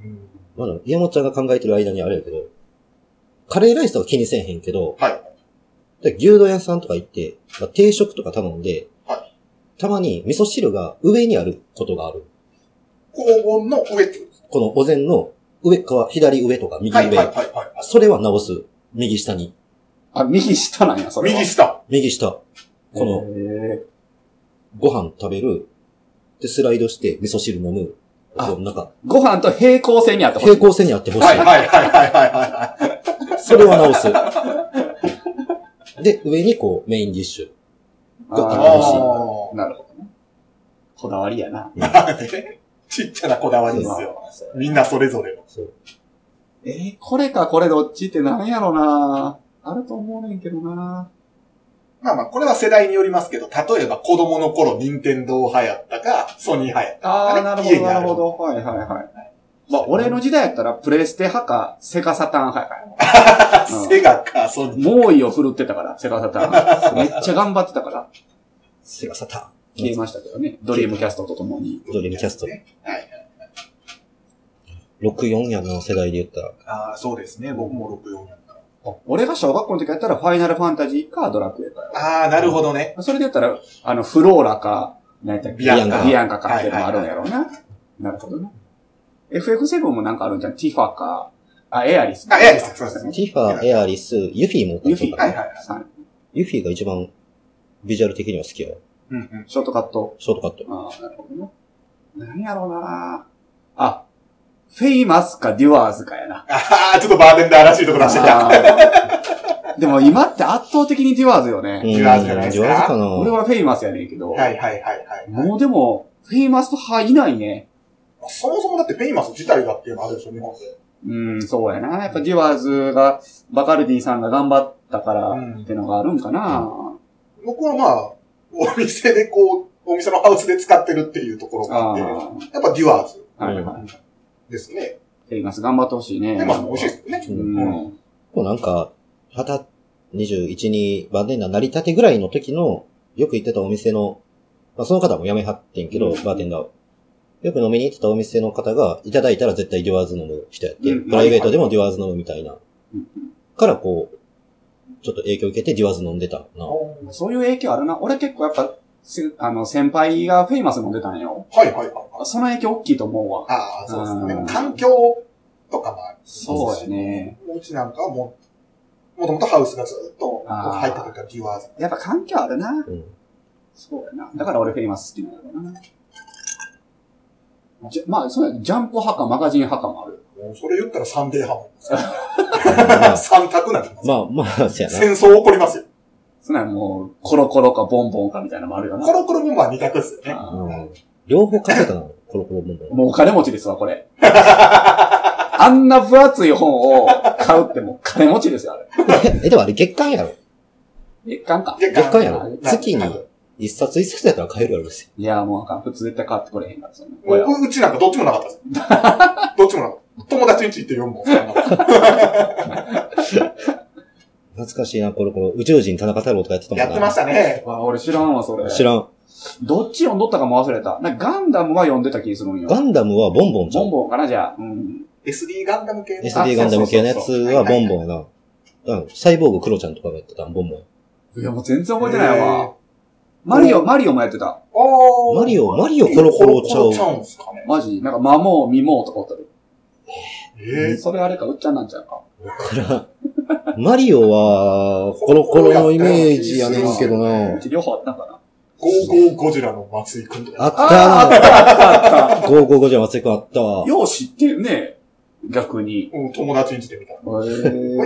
S1: え。
S3: まだ、山本ちゃんが考えてる間にあれやけど、カレーライスとか気にせえへんけど、
S1: はい
S3: で牛丼屋さんとか行って、まあ、定食とか頼んで、
S1: は
S3: たまに味噌汁が上にあることがある。
S1: 黄金の上ってことです
S3: このお膳の上か左上とか右
S1: は
S3: 上。
S1: いはいはいはい。
S3: それは直す。右下に。
S2: あ、右下なんや、それは。
S1: 右下。
S3: 右下。こ
S2: の。
S3: のご飯食べる。で、スライドして味噌汁飲む。こうなんか、
S2: ご飯と平行線にあってほしい。
S3: 平行線にあってほしい。
S1: はいはいはいはいはいはい。
S3: それは直す。で、上にこう、メインディッシュ。
S2: あ
S1: あ
S2: ー
S1: あ
S2: 楽しいなるほどね。こだわりやな。
S1: ー。ちっちゃなこだわりですよ。みんなそれぞれの。
S3: そう
S2: えーこれかこれどっちってなんやろなあると思うねんけどな
S1: まあまあ、これは世代によりますけど、例えば子供の頃、任天堂流行ったか、ソニー流行っ
S2: あ
S1: あな
S2: あ、な
S1: る
S2: る
S1: ほ
S2: ほ
S1: ど
S2: ど、なるほど。はいはいはい。まあ、俺の時代やったら、プレステ派か、セガサターン派や
S1: た。
S2: うん
S1: セガか、ソニー。
S2: 猛威を振るってたから、セガサターン。めっちゃ頑張ってたから、
S3: セガサタ
S2: 消えましたけどね。ドリームキャストとともに。
S3: ーン。ドリームキャスト。
S1: ね
S3: 64やの世代で言ったら。
S1: ああ、そうですね。僕も64。
S2: 俺が小学校の時やったら、ファイナルファンタジーか、ドラクエか。
S1: ああ、なるほどね。
S2: それで言ったら、あの、フローラか、何やったっけ
S1: ビアン
S3: あ
S1: カ。
S2: ビアンカかっていうのもあるんやろうな。なるほどな。FF7 もなんかあるんじゃん。ティファか、あ、エアリス。
S1: あ、エアリス。そうですね。
S3: ティファ、エアリス、ユフィも歌
S2: ユ
S3: っ
S2: フィか
S3: たか
S1: はい
S3: な。
S1: はいはい
S2: さん
S3: ユフィが一番ビジュアル的には好きやわ
S1: うんうん。
S2: ショートカット。
S3: ショートカット。
S2: ああ、なるほどな。なんやろうな。あ、フェイマスかデュアーズかや
S1: あ
S2: な。
S1: あ、ちょっとバーテンダーらしいとこ出してきた。
S2: あーでも今って圧倒的にデュアーズよね。
S1: ュアーズじゃないですか
S3: うんデュアーズかな。
S2: 俺はフェイマスやねんけど。
S1: はいはいはいはい。
S2: もうでも、フェイマス派いないね。
S1: そもそもだってフェイマス自体がっていうのあるでしょ、日本で。
S2: うん、そうやな。やっぱデュアーズが、バカルディさんが頑張ったから、
S1: うん
S2: ってのがあるんかな。
S1: 僕はまあ、お店でこう、お店のハウスで使ってるっていうところがあ
S2: あ
S1: っ
S2: あ
S1: て、やっぱデュアーズ
S2: ー、はいはい。
S1: ですね。
S2: フェイマス頑張ってほしいね。
S1: フェイマスも美味しいですよね。
S2: うん。
S3: もうなんか、二十、二十一にバーテンダーなりたてぐらいの時の、よく行ってたお店の、まあその方も辞めはってんけど、
S2: うん
S3: バーテンダーを。よく飲みに行ってたお店の方が、いただいたら絶対デュアーズ飲む人やって、
S2: うん
S3: プライベートでもデュアーズ飲むみたいな。
S2: うん
S3: からこう、ちょっと影響受けてデュアーズ飲んでたな。
S2: そういう影響あるな。俺結構やっぱ、せあの、先輩がフェイマス飲んでたんよ。
S1: はいはいはいはい。
S2: その影響大きいと思うわ。
S1: ああ、そうですね。
S2: うん
S1: 環境とかもあるし
S2: そうやね。
S1: うちなんかはもう、もともとハウスがずっと
S2: ああ
S1: 入った時からデュアーズ。
S2: やっぱ環境あるな。
S3: うん。
S2: そうやな。だから俺フェイマス好きなんだろうな。じゃまあ、そうやね。ジャンプ派かマガジン派かもある。
S1: もうそれ言ったらサンデー派も。
S3: まあ、
S1: 三択なんです。
S3: まあ、まあ、そうやな。
S1: 戦争起こりますよ。
S2: そんなんもう、コロコロかボンボンかみたいなのもあるよな
S1: コ。ロコロボンバー二択ですよね。
S2: あー
S3: うん両方買ってたな、コロコロボンボン。
S2: もうお金持ちですわ、これ。 あんな分厚い本を買うってもう 金持ちですよ、あれ。
S3: え、でもあれ月間やろ
S2: 月間か。
S1: 月
S3: 月間や
S2: は
S3: ろ
S2: い
S3: 月に一冊一冊やったら買えるやろですよ。
S2: いや、もうあかん。普通絶対買ってこれへんから、そんな
S1: も
S2: 親は
S1: ううちなんかどっちもなかったです。 どっちもなかった。友達ん家行って読むもん。そんなの
S3: 懐かしいな、コロコロ。宇宙人田中太郎とかやってたもんな。
S1: やってましたね。
S2: わ俺知らんわ、それ。
S3: 知らん。
S2: どっち読んどったかも忘れた。なんかガンダムは読んでた気するんよ。
S3: ガンダムはボンボンちゃ
S2: ボン
S3: ん。
S2: ボンかな、じゃあ。うん。
S1: SD ガンダム系の。
S2: あ
S3: SD ガンダム系のやつ
S2: そ
S3: はボンボンやな。うん。サイボーグクロちゃんとかがやってたんボンボン。
S2: いや、もう全然覚えてない
S1: へ
S2: わ
S1: ー。
S2: マリオ、マリオもやってた。
S1: あ
S3: マリオ、マリオコロコロちゃ
S1: コロコロちゃ
S3: う。
S1: うんすかね。
S2: マジなんか、マモー、ミモーとかおったり。
S1: ええ。
S2: それあれか、うっちゃんなんちゃうか。
S3: マリオは、コロコロのイメージやねんけどな
S2: う。ち両方あったんかな。
S1: ゴーゴーゴジラの松井くんとか。
S3: あ
S2: あ
S3: っ
S2: あ った
S3: たな。555じゃ松井くんあったわ。
S2: よう知ってるね。逆に。
S1: うん友達ん家で見た。これ
S2: ダ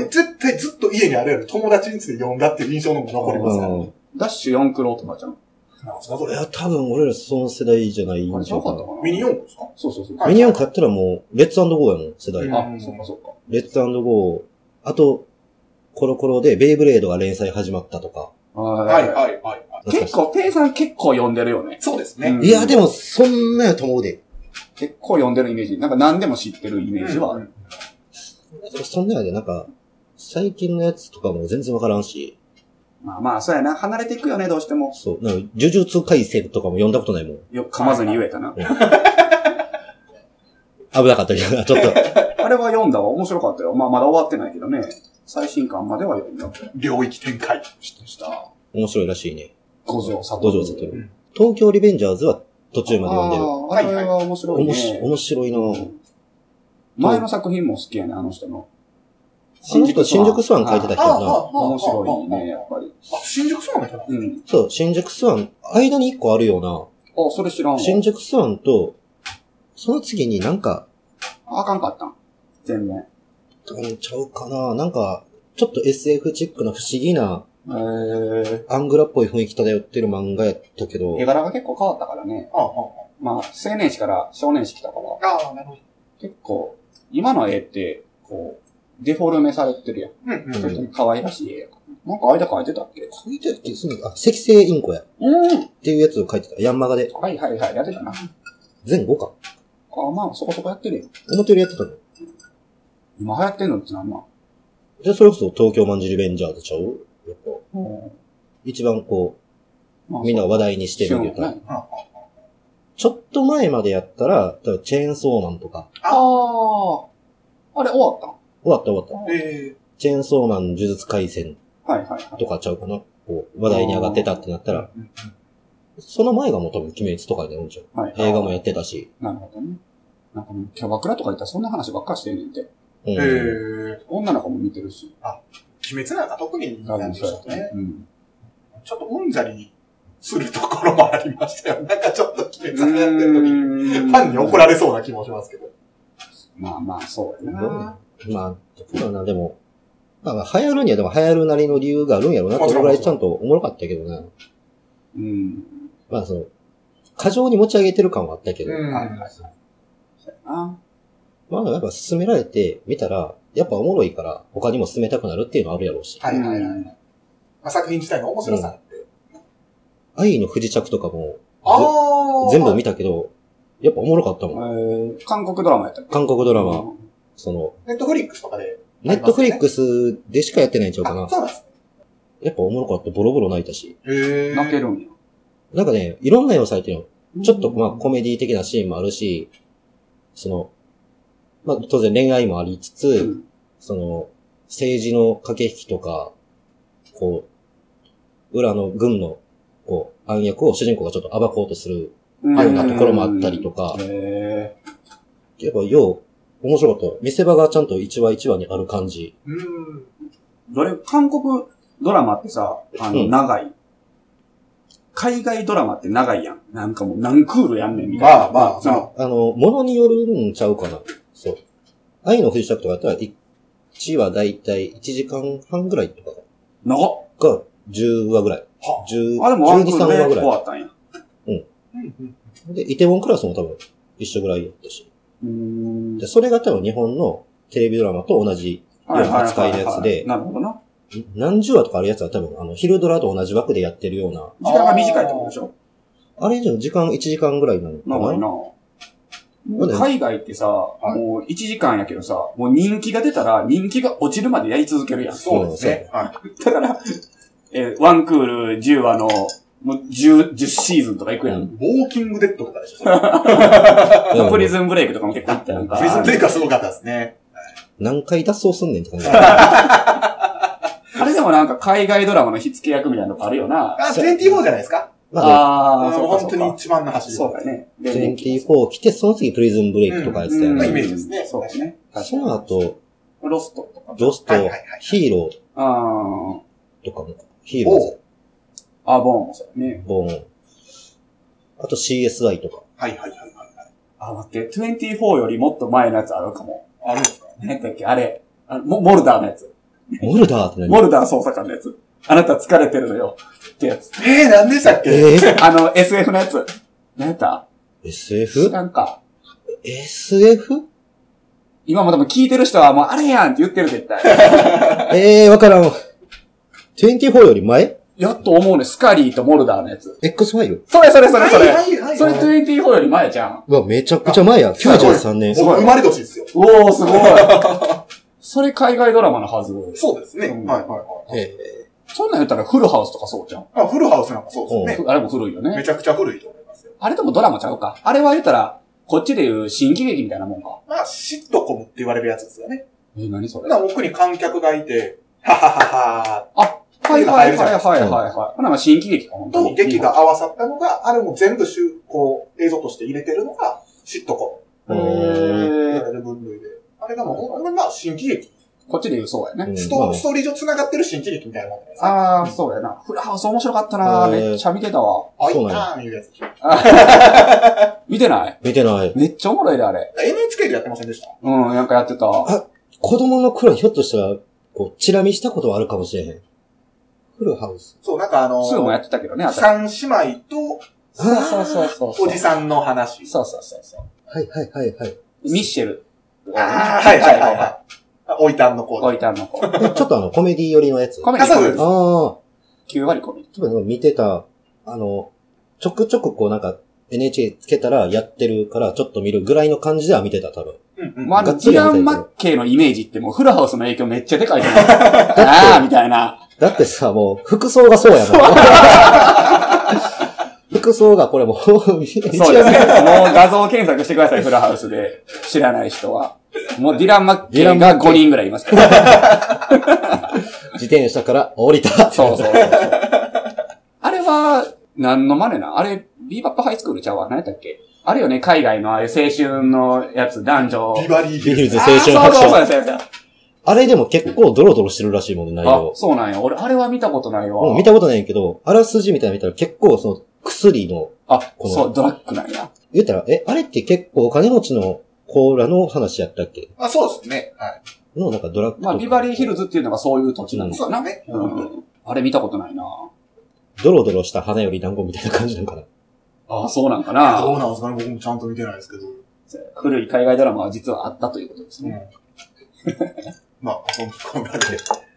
S1: 絶対ずっと家にあるやろ。友達ん家で読んだっていう印象のも残りますから。
S3: うん。
S2: ッシュ4クロとかじゃん。
S1: なんですかそ
S3: い
S1: れ。
S3: や、多分俺らその世代じゃない
S2: あ
S3: ん
S2: れ
S3: ち
S2: ち
S3: ゃ
S2: ゃ
S3: う
S2: う
S3: か
S2: かった
S3: な
S2: か。な。
S1: ミニ四駆ですか
S2: そうそうそう。
S1: はい
S3: ミニオン買ったらもう、レッツゴーやもん、世代。
S2: あ、そっかそっか。
S3: レッツゴー。あと、コロコロでベイブレードが連載始まったとか。
S1: はいはいはいはい。
S3: 懐かし
S2: 結構、ペイさん結構読んでるよね。
S1: そうです
S2: う
S1: ね。
S2: ん
S3: いや、でも、そんなやと思うで。
S2: 結構読んでるイメージ。なんか何でも知ってるイメージはある。
S3: そんなやで、なんか、最近のやつとかも全然わからんし、
S2: まあまあ、そうやな。離れていくよね、どうしても。
S3: そう、なんか、呪術回戦とかも読んだことないもん。
S2: よく噛まずに言えたな。
S3: 危なかったけどな、ちょっと。
S2: あれは読んだわ。面白かったよ。まあ、まだ終わってないけどね。最新刊までは読んだ。
S1: 領域展開。
S2: したした。
S3: 面白いらしいね。
S2: 五条悟。
S3: 五条悟。東京リベンジャーズは途中まで読んでる。
S2: あーあれは面白い
S3: 面白
S2: ね。
S3: 面白いなぁ。
S2: 前の作品も好きやね、あの人の。
S3: あの人新宿スワン書いてた人やな。
S2: 面白いね、やっぱり。
S1: あ、新宿そうなんだ
S2: う。ん。
S3: そう、新宿スワン、間に一個あるよう
S2: あ、それ知らんわ。
S3: な。新宿スワンと、その次になんか、
S2: あかんかったん。全然。
S3: うんちゃうかななんか、ちょっと SF チックな不思議な
S2: えー、
S3: アングラっぽい雰囲気漂ってる漫画やったけど
S2: 絵、柄が結構変わったからね。
S1: ああ、あ
S2: まあ、青年誌から少年誌来たから、
S1: あ、ああ、なるほど。
S2: 結構、今の絵って、こう、デフォルメされてるやん。
S1: うん、う
S2: ち
S1: ん。
S2: ょっと可愛らしい絵やから。なんか間描いてたっけ
S3: 書いてる気するのかあ、赤星インコや。っ
S2: うん。
S3: ていうやつを書いてた。ヤンマガで。
S2: はいはいはい、やってたな。
S3: 全5か。
S2: あ、まあ、そこそこやってるよ。
S3: 表よりやってたの。
S2: 今流行ってんのって何なん
S3: じゃあそれこそ東京マンジリベンジャーズちゃうやっぱ
S2: うん
S3: 一番こ
S2: まあ
S3: う、みんなが話題にしてる
S2: そう
S3: みたいな。
S2: ね
S3: ちょっと前までやったら、例えばチェーンソーマンとか、
S2: ああ。あれ終わっ
S3: 終わった終わったた。
S2: ん
S1: え
S3: チェーンソーマン、呪術回戦
S2: はいはいはい。
S3: とかちゃうかな。こう、話題に上がってたってなったら、
S1: ー
S3: その前がもう多分鬼滅とかで読んじゃう。
S2: はい、
S3: 映画もやってたし。
S2: なるほどね。なんかもうキャバクラとか行ったらそんな話ばっかしてんねんて。
S3: うん
S1: えー、
S2: 女の子も見てるし。
S1: 鬼滅なんか特になんでしょうね。
S2: うん。
S1: ちょっとうんざりするところもありましたよ。なんかちょっと鬼滅流行ってる時に、フ
S2: ァ
S1: ァンに怒られそうな気もしますけど。
S2: まあまあ、そうやな。
S3: まあ、そうだな、でも、まあまあ、流行るにはでも流行るなりの理由があるんやろうなってぐらいちゃんとおもろかったけどな。
S2: うん。
S3: まあその、過剰に持ち上げてる感はあったけど、
S2: はいはいはい。そうやな。
S3: まあやっぱ勧められてみたら、やっぱおもろいから他にも勧めたくなるっていうのはあるやろうし。
S1: はいはいはい。
S2: い。
S1: まあ作品自体の面白さ。
S3: 愛の不時着とかも、
S1: ああ。
S3: 全部見たけど、やっぱおもろかった
S2: え
S3: もん。
S2: ー、韓国ドラマやったっけ
S3: 韓国ド
S2: ド
S3: ラマ、。その、
S1: ネットフリックスとかで。
S3: ネットフリックスでしかやってないんちゃう
S1: あ、
S3: か
S1: そうなん
S3: な。
S1: ですね。
S3: やっぱおもろかった。ボロボロ泣いたし。
S1: へえ。
S2: 泣けるんや。
S3: なんかね、いろんな要素入ってるの。ちょっとまあコメディ的なシーンもあるし、その、まあ当然恋愛もありつつ、
S2: うん
S3: その、政治の駆け引きとか、こう、裏の軍の、こう、暗躍を主人公がちょっと暴こうとする。
S2: うん
S3: ようなところもあったりとか
S2: へ
S3: やっぱ、よう、面白かった。見せ場がちゃんと一話一話にある感じ。
S1: うん。
S2: ーどれ、韓国ドラマってさ、あの、
S3: うん
S2: 長い。海外ドラマって長いやん。なんかもう何クールやんねんみたいな。
S1: まあまあ、
S2: そ
S1: ま
S2: の
S1: あ。
S3: あの、ものによるんちゃうかな。そう。愛の不時着とかやったら、1話だいたい1時間半ぐらいとか
S2: 長っ。
S3: が10話ぐらい。
S1: は
S3: 10
S2: あれもワンク
S3: 12、
S2: ー
S3: 3
S2: ルで
S3: 話ぐ
S2: 終
S3: ら
S2: わったんや。
S1: うんうん
S3: い。で、イテウォンクラスも多分一緒ぐらいだったし。
S2: うーん
S3: で、それが多分日本のテレビドラマと同じ
S2: はいはいはいはい
S3: 扱いのやつで
S2: なるほどな。
S3: 何十話とかあるやつは多分、あの、昼ドラと同じ枠でやってるような、
S2: 時間が短いってことでしょ
S3: あれ以上時間1時間ぐらいなの
S2: なるほ
S3: か
S2: どな
S3: な。
S2: もう海外ってさ、
S1: い
S2: もう1時間やけどさ、もう人気が出たら人気が落ちるまでやり続けるやん。
S1: そうですね。は
S2: だから、えーワンクール10話の、もう10、10シーズンとか行くや。
S3: うん
S1: い。ウォーキングデッドとかでしょそれ
S3: うん
S2: プリズンブレイクとかも結構行ったやんか。
S1: プリズンテイクはすごかったですね。
S3: 何回脱走すんねんって感じ。
S2: あれでもなんか海外ドラマの火付け役みたいなのがあるよな。
S1: あ、24じゃないですか
S3: まあ、
S2: あ
S1: あ
S2: あ、
S1: の、
S2: そうか
S1: 本
S2: そ
S1: 当
S2: う
S1: に
S2: か。
S1: 一番の走り。
S2: そうだよね。で
S3: 24来て、その次プリズンブレイクとかやってたよ
S1: まあ
S3: ね。
S1: イメージですね
S2: そうですね。
S3: その後、
S2: ロストとか。
S3: ロスト
S1: はいはいはい、
S3: ヒーロ
S2: あー
S3: ーとかも、ヒー
S1: お
S3: ロ
S1: う
S2: あ、ボーンもそうだね。
S3: ー、ボーン、あと CSI とか。
S1: はいはいはいはい。
S2: あ、待って、24よりもっと前のやつあるかも。
S1: あるんですか
S2: 何やったっけあれ。あモモルダーのやつ。
S3: モルダーって何
S2: モルダー捜査官のやつ。あなた疲れてるのよ。ってやつ。
S1: えー、何でしたっけ
S3: えー
S2: あの、SF のやつ。何やった
S3: ?SF?
S2: 知らんか。
S3: SF?
S2: 今も多分聞いてる人はもうあれやんって言ってる絶対。
S3: ええー、わからん。24より前
S2: やっと思うね。スカリーとモルダーのやつ。
S3: ?X ファイル
S2: それそれそれそれ。
S1: はいはい
S2: それ
S1: はい。
S2: 24より前じゃん。
S3: うわ、めちゃくちゃ前や。93年。
S1: 僕生まれ年ですよ。
S2: うおー、すごい。それ海外ドラマのはず。
S1: そうですね。は
S2: う
S1: い
S2: ん
S1: はいはい。
S3: えー
S2: そんなん言ったらフルハウスとかそうじゃん。
S1: あ、フルハウスなんかそうですね。
S2: あれも古いよ
S1: め
S2: ね。
S1: ちゃくちゃ古いと思いますよ。
S2: あれでもドラマちゃうか。あれは言ったら、こっちで言う新喜劇みたいなもんか。
S1: まあ、シットコムって言われるやつですよね。
S2: え、何そ
S1: ほ
S2: れ
S1: な、奥に観客がいて、はははは
S2: はいはいはいはいはいはい。ほな、新喜劇か、本当
S1: と
S2: に。
S1: 劇が合わさったのが、あれも全部しゅこう、映像として入れてるのが、シットコ
S2: へ
S3: うん
S1: ン。
S2: ー。
S1: 分類で。あれがもう、これがまあ新喜劇。
S2: こっちで言うそうやね。
S1: ス
S3: ス
S1: トストーリー上繋がってる新喜劇みたいなもんです。あ、
S2: あー、そうやな。フルハウス面白かったな。
S3: へー
S2: めっちゃ見てたわ。
S1: あい
S3: そう
S1: い
S3: なんや
S1: なーいうやつ。
S2: 見てない
S3: 見てない。
S2: めっちゃおもろいで、あれ。
S1: NHK でやってませんでした
S2: うん、なんかやってた。
S3: 子供の頃ひょっとしたら、こう、チラ見したことはあるかもしれへん。フルハウス。
S1: そう、なんかあの
S2: すぐもやってたけどね、あたり
S1: 三姉妹と
S2: そうそうそうそうそう。
S1: おじさんの話。
S2: そうそうそうそ
S3: はいはいはいはい。
S2: う。ミッシェル。
S1: あーはいはいはいはい。おいたんの子
S2: おいたんの子。
S3: えちょっとあの、コメディ寄りのやつ。あ
S2: コメディ
S1: あそうです
S2: ー。
S3: あ、
S2: 9割コメディ。
S3: 多分見てた、あの、ちょくちょくこうなんか、NHK つけたらやってるから、ちょっと見るぐらいの感じでは見てた、多分。
S1: うんうん。
S2: まあ、あ
S3: が
S2: の、
S3: っつ
S2: ジ
S3: りやり
S2: ラ
S3: たい
S2: ン・マッケイのイメージってもうフルハウスの影響めっちゃでかいじゃ ないああーみたいな。
S3: だってさ、もう、服装がそうやもん。 服装がこれもう、一
S2: そうです
S3: 応
S2: ね。もう画像検索してください、フルハウスで。知らない人は。もうディラン・マッケイ
S3: ディランマッ
S2: が
S3: ケイ
S2: 5人ぐらいいますから。
S3: 自転車から降りた。
S2: そうそうそうそう。あれは、何の真似なんあれ、ビーバップハイスクールちゃうわ。何やったっけあれよね、海外のああいう青春のやつ、男女。
S1: ビバリーヒ
S3: ビ
S1: ル
S3: ル
S1: ズ
S3: ズ。
S2: あ
S3: 青
S2: ー
S3: 春白
S2: そうそうそうや
S3: 書。
S2: つやつやつ
S3: あれでも結構ドロドロしてるらしいもんね、内
S2: あ
S3: 容、。
S2: そうなんや。俺、あれは見たことないわ。
S3: うん、見たことないけど、あらすじみたいなの見たら結構その薬の、
S2: あ、
S3: この
S2: そう、ドラッグなんや。
S3: 言ったら、え、あれって結構お金持ちの子らの話やったっけ
S1: あ、そうですね。はい。
S3: の、なんかドラッグとか。
S2: まあ、ビバリーヒルズっていうのがそういう土地なの
S1: そ
S2: か
S1: うだ
S2: な。
S1: ね。
S2: うん。あれ見たことないな。
S3: ドロドロした花より団子みたいな感じなのかな。
S2: ああ、そうなん
S1: ど
S2: かな
S1: う。なんですかね僕もちゃんと見てないですけど。
S2: 古い海外ドラマは実はあったということです
S1: う
S2: ね。
S1: ん。まあ、そんこんなで、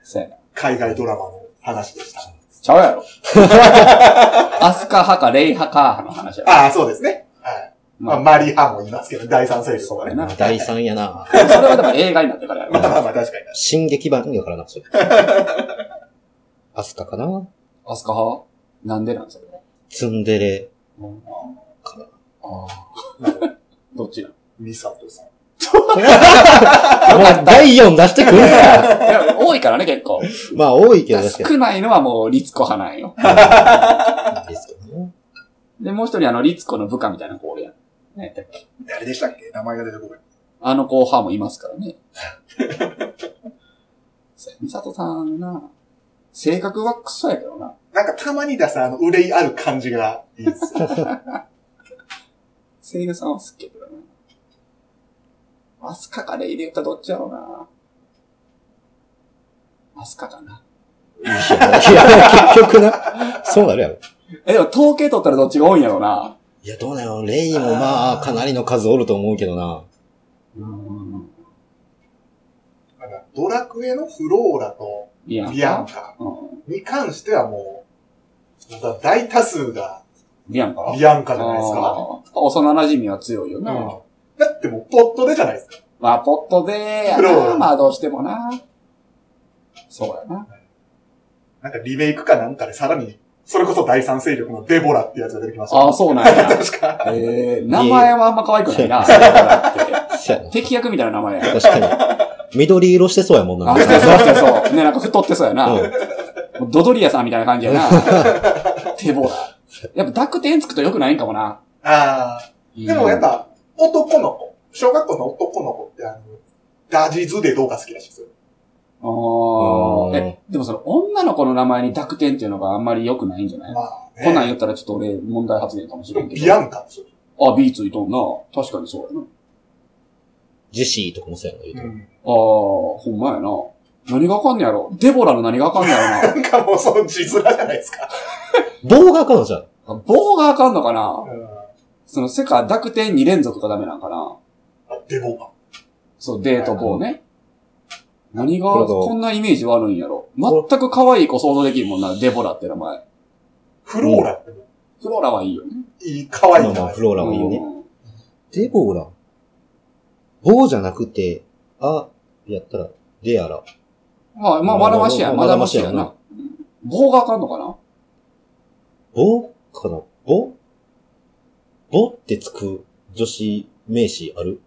S2: そうやな。
S1: 海外ドラマの話でした。
S2: ちゃうやろ。 アスカ派かレイ派かの話やろ。
S1: ああ、そうですね。はい。まあ、
S2: まあ、
S1: マリハもいますけど、第三世紀とかね。
S2: な
S3: 第3やな。
S2: それはでも映画になってからや
S1: まあ
S2: ろ。
S1: まあまあ、確かに。
S3: 進撃版やからな、 それ。アスカかな
S2: アスカ派なんでなんですか
S3: ツンデレ。
S2: あ
S1: なる
S2: あ。 どっちな
S1: ミサトさん。
S3: もう第4出してくるから。
S2: のいや多いからね、結構。
S3: まあ多いけど、確か
S2: 少ないのはもう、リツコ派なんよ。
S3: に。ですけどね。
S2: で、もう一人あの、リツコの部下みたいな子おるやん。ねえ
S1: 誰でしたっけ名前が出てこない。
S2: あの子派もいますからね。 美里さんな、性格はクソやけどな。
S1: なんかたまに出すあの、憂いある感じがいい です。
S2: 声優さんは好きやけどな。アスカかレイで言ったらどっちやろうな。アスカかな。
S3: いや、結局な。そうなるやろ。
S2: え、でも統計取ったらどっちが多いんやろうな。
S3: いや、どうなのレイもまあ、かなりの数おると思うけどな。
S2: うん。
S1: なんかドラクエのフローラと
S2: いや。
S1: ビアンカ
S2: うん。
S1: に関してはもう、僕は大多数が
S2: ビアンか。
S1: ビアンカじゃないですか。
S2: あー幼馴染みは強いよな。
S1: うんだってもうポットでじゃないですか。
S2: まあ、ポットでや
S1: プロ
S2: な、まあどうしてもな。そうやな。
S1: なんかリメイクかなんかでさらに、それこそ第三勢力のデボラってやつが出てきました。
S2: ああ、そうなん や。
S1: 確か。
S2: えー、名前はあんま可愛くないな。 そういうのがあ
S3: そやな
S2: って敵役みたいな名前や。
S3: 確かに。緑色してそうやもんな。
S2: あ、そうそうそうそう。ね、なんか太ってそうやな。
S3: うん
S2: もうドドリアさんみたいな感じやな。手棒だ。やっぱ濁点つくと良くないんかもな。
S1: ああ。でもやっ
S2: ぱ。
S1: ぱ、男の子。小学校の男の子ってあの、ダジズでどうか好きらしいですよ。
S2: あー
S3: うん
S2: え、でもその女の子の名前に濁点っていうのがあんまり良くないんじゃない、
S1: まあ、
S2: こんなん
S1: ね。
S2: 言ったらちょっと俺問題発言かもしれんけ
S1: ビ
S2: ど。
S1: アンカですよ。
S2: あ、B ついとんな。確かにそうやな。
S3: ジェシーとかもそうやな、言うと
S1: うん。
S2: ああ、ほんまやな。何があかんねやろ。デボラの何があかんねやろ
S1: なんかもうその字面じゃないですか。
S3: 棒があかんじゃん。
S2: な。棒があかんのかな
S1: うん
S2: その世界濁点2連続がダメなんかな
S1: あデボか。
S2: そう、デート棒ね。何が、
S3: これが
S2: こんなイメージ悪いんやろ。全く可愛い子想像できるもんな、デボラって名前。
S1: フローラって
S2: フローラはいいよね。
S1: いい、可愛い
S3: ま
S1: 名
S3: あまあ、
S1: 前
S3: フ。ローラもいいよ
S2: う
S3: ね。
S2: ん
S3: デボラ。棒じゃなくて、あ、やったら、でやら。
S2: まあ、まあ、まだましや、
S3: ま
S2: ま
S3: あ
S2: だ
S3: まだ
S2: ま
S3: ま
S2: し
S3: し
S2: や
S3: やな
S2: な。棒があかんのかな
S3: 棒かな棒棒ってつく女子名詞ある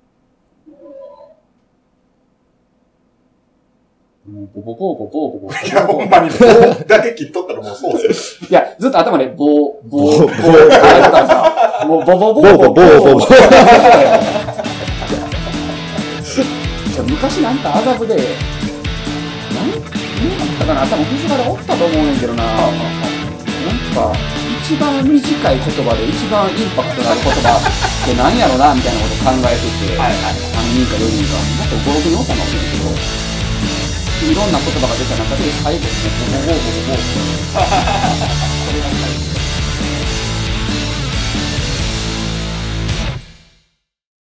S2: ポポポポポポポポ
S1: いや、ほんまに、棒だけ切っとったらもうそうですよ。
S2: いや、ずっと頭で、ぼー、ぼー、
S3: ぼ
S2: ぼ
S3: ー
S2: ー、ぼ ー、あれだったんですかもう、ぼぼぼぼぼぼぼ
S3: ぼーぼーぼ
S2: ぼ
S3: ーぼー
S2: じゃあ昔なんか麻布で、なん、なんだったかな、多分藤原おったと思うねんけどな。なんか、一番短い言葉で一番インパクトのある言葉って何やろな、みたいなこと考えてて、3人か4人か、もっと5、6人おったのかもしれんけど、いろんな言葉が出た中で最後ですね、ぼぼぼぼぼぼぼ。これが最後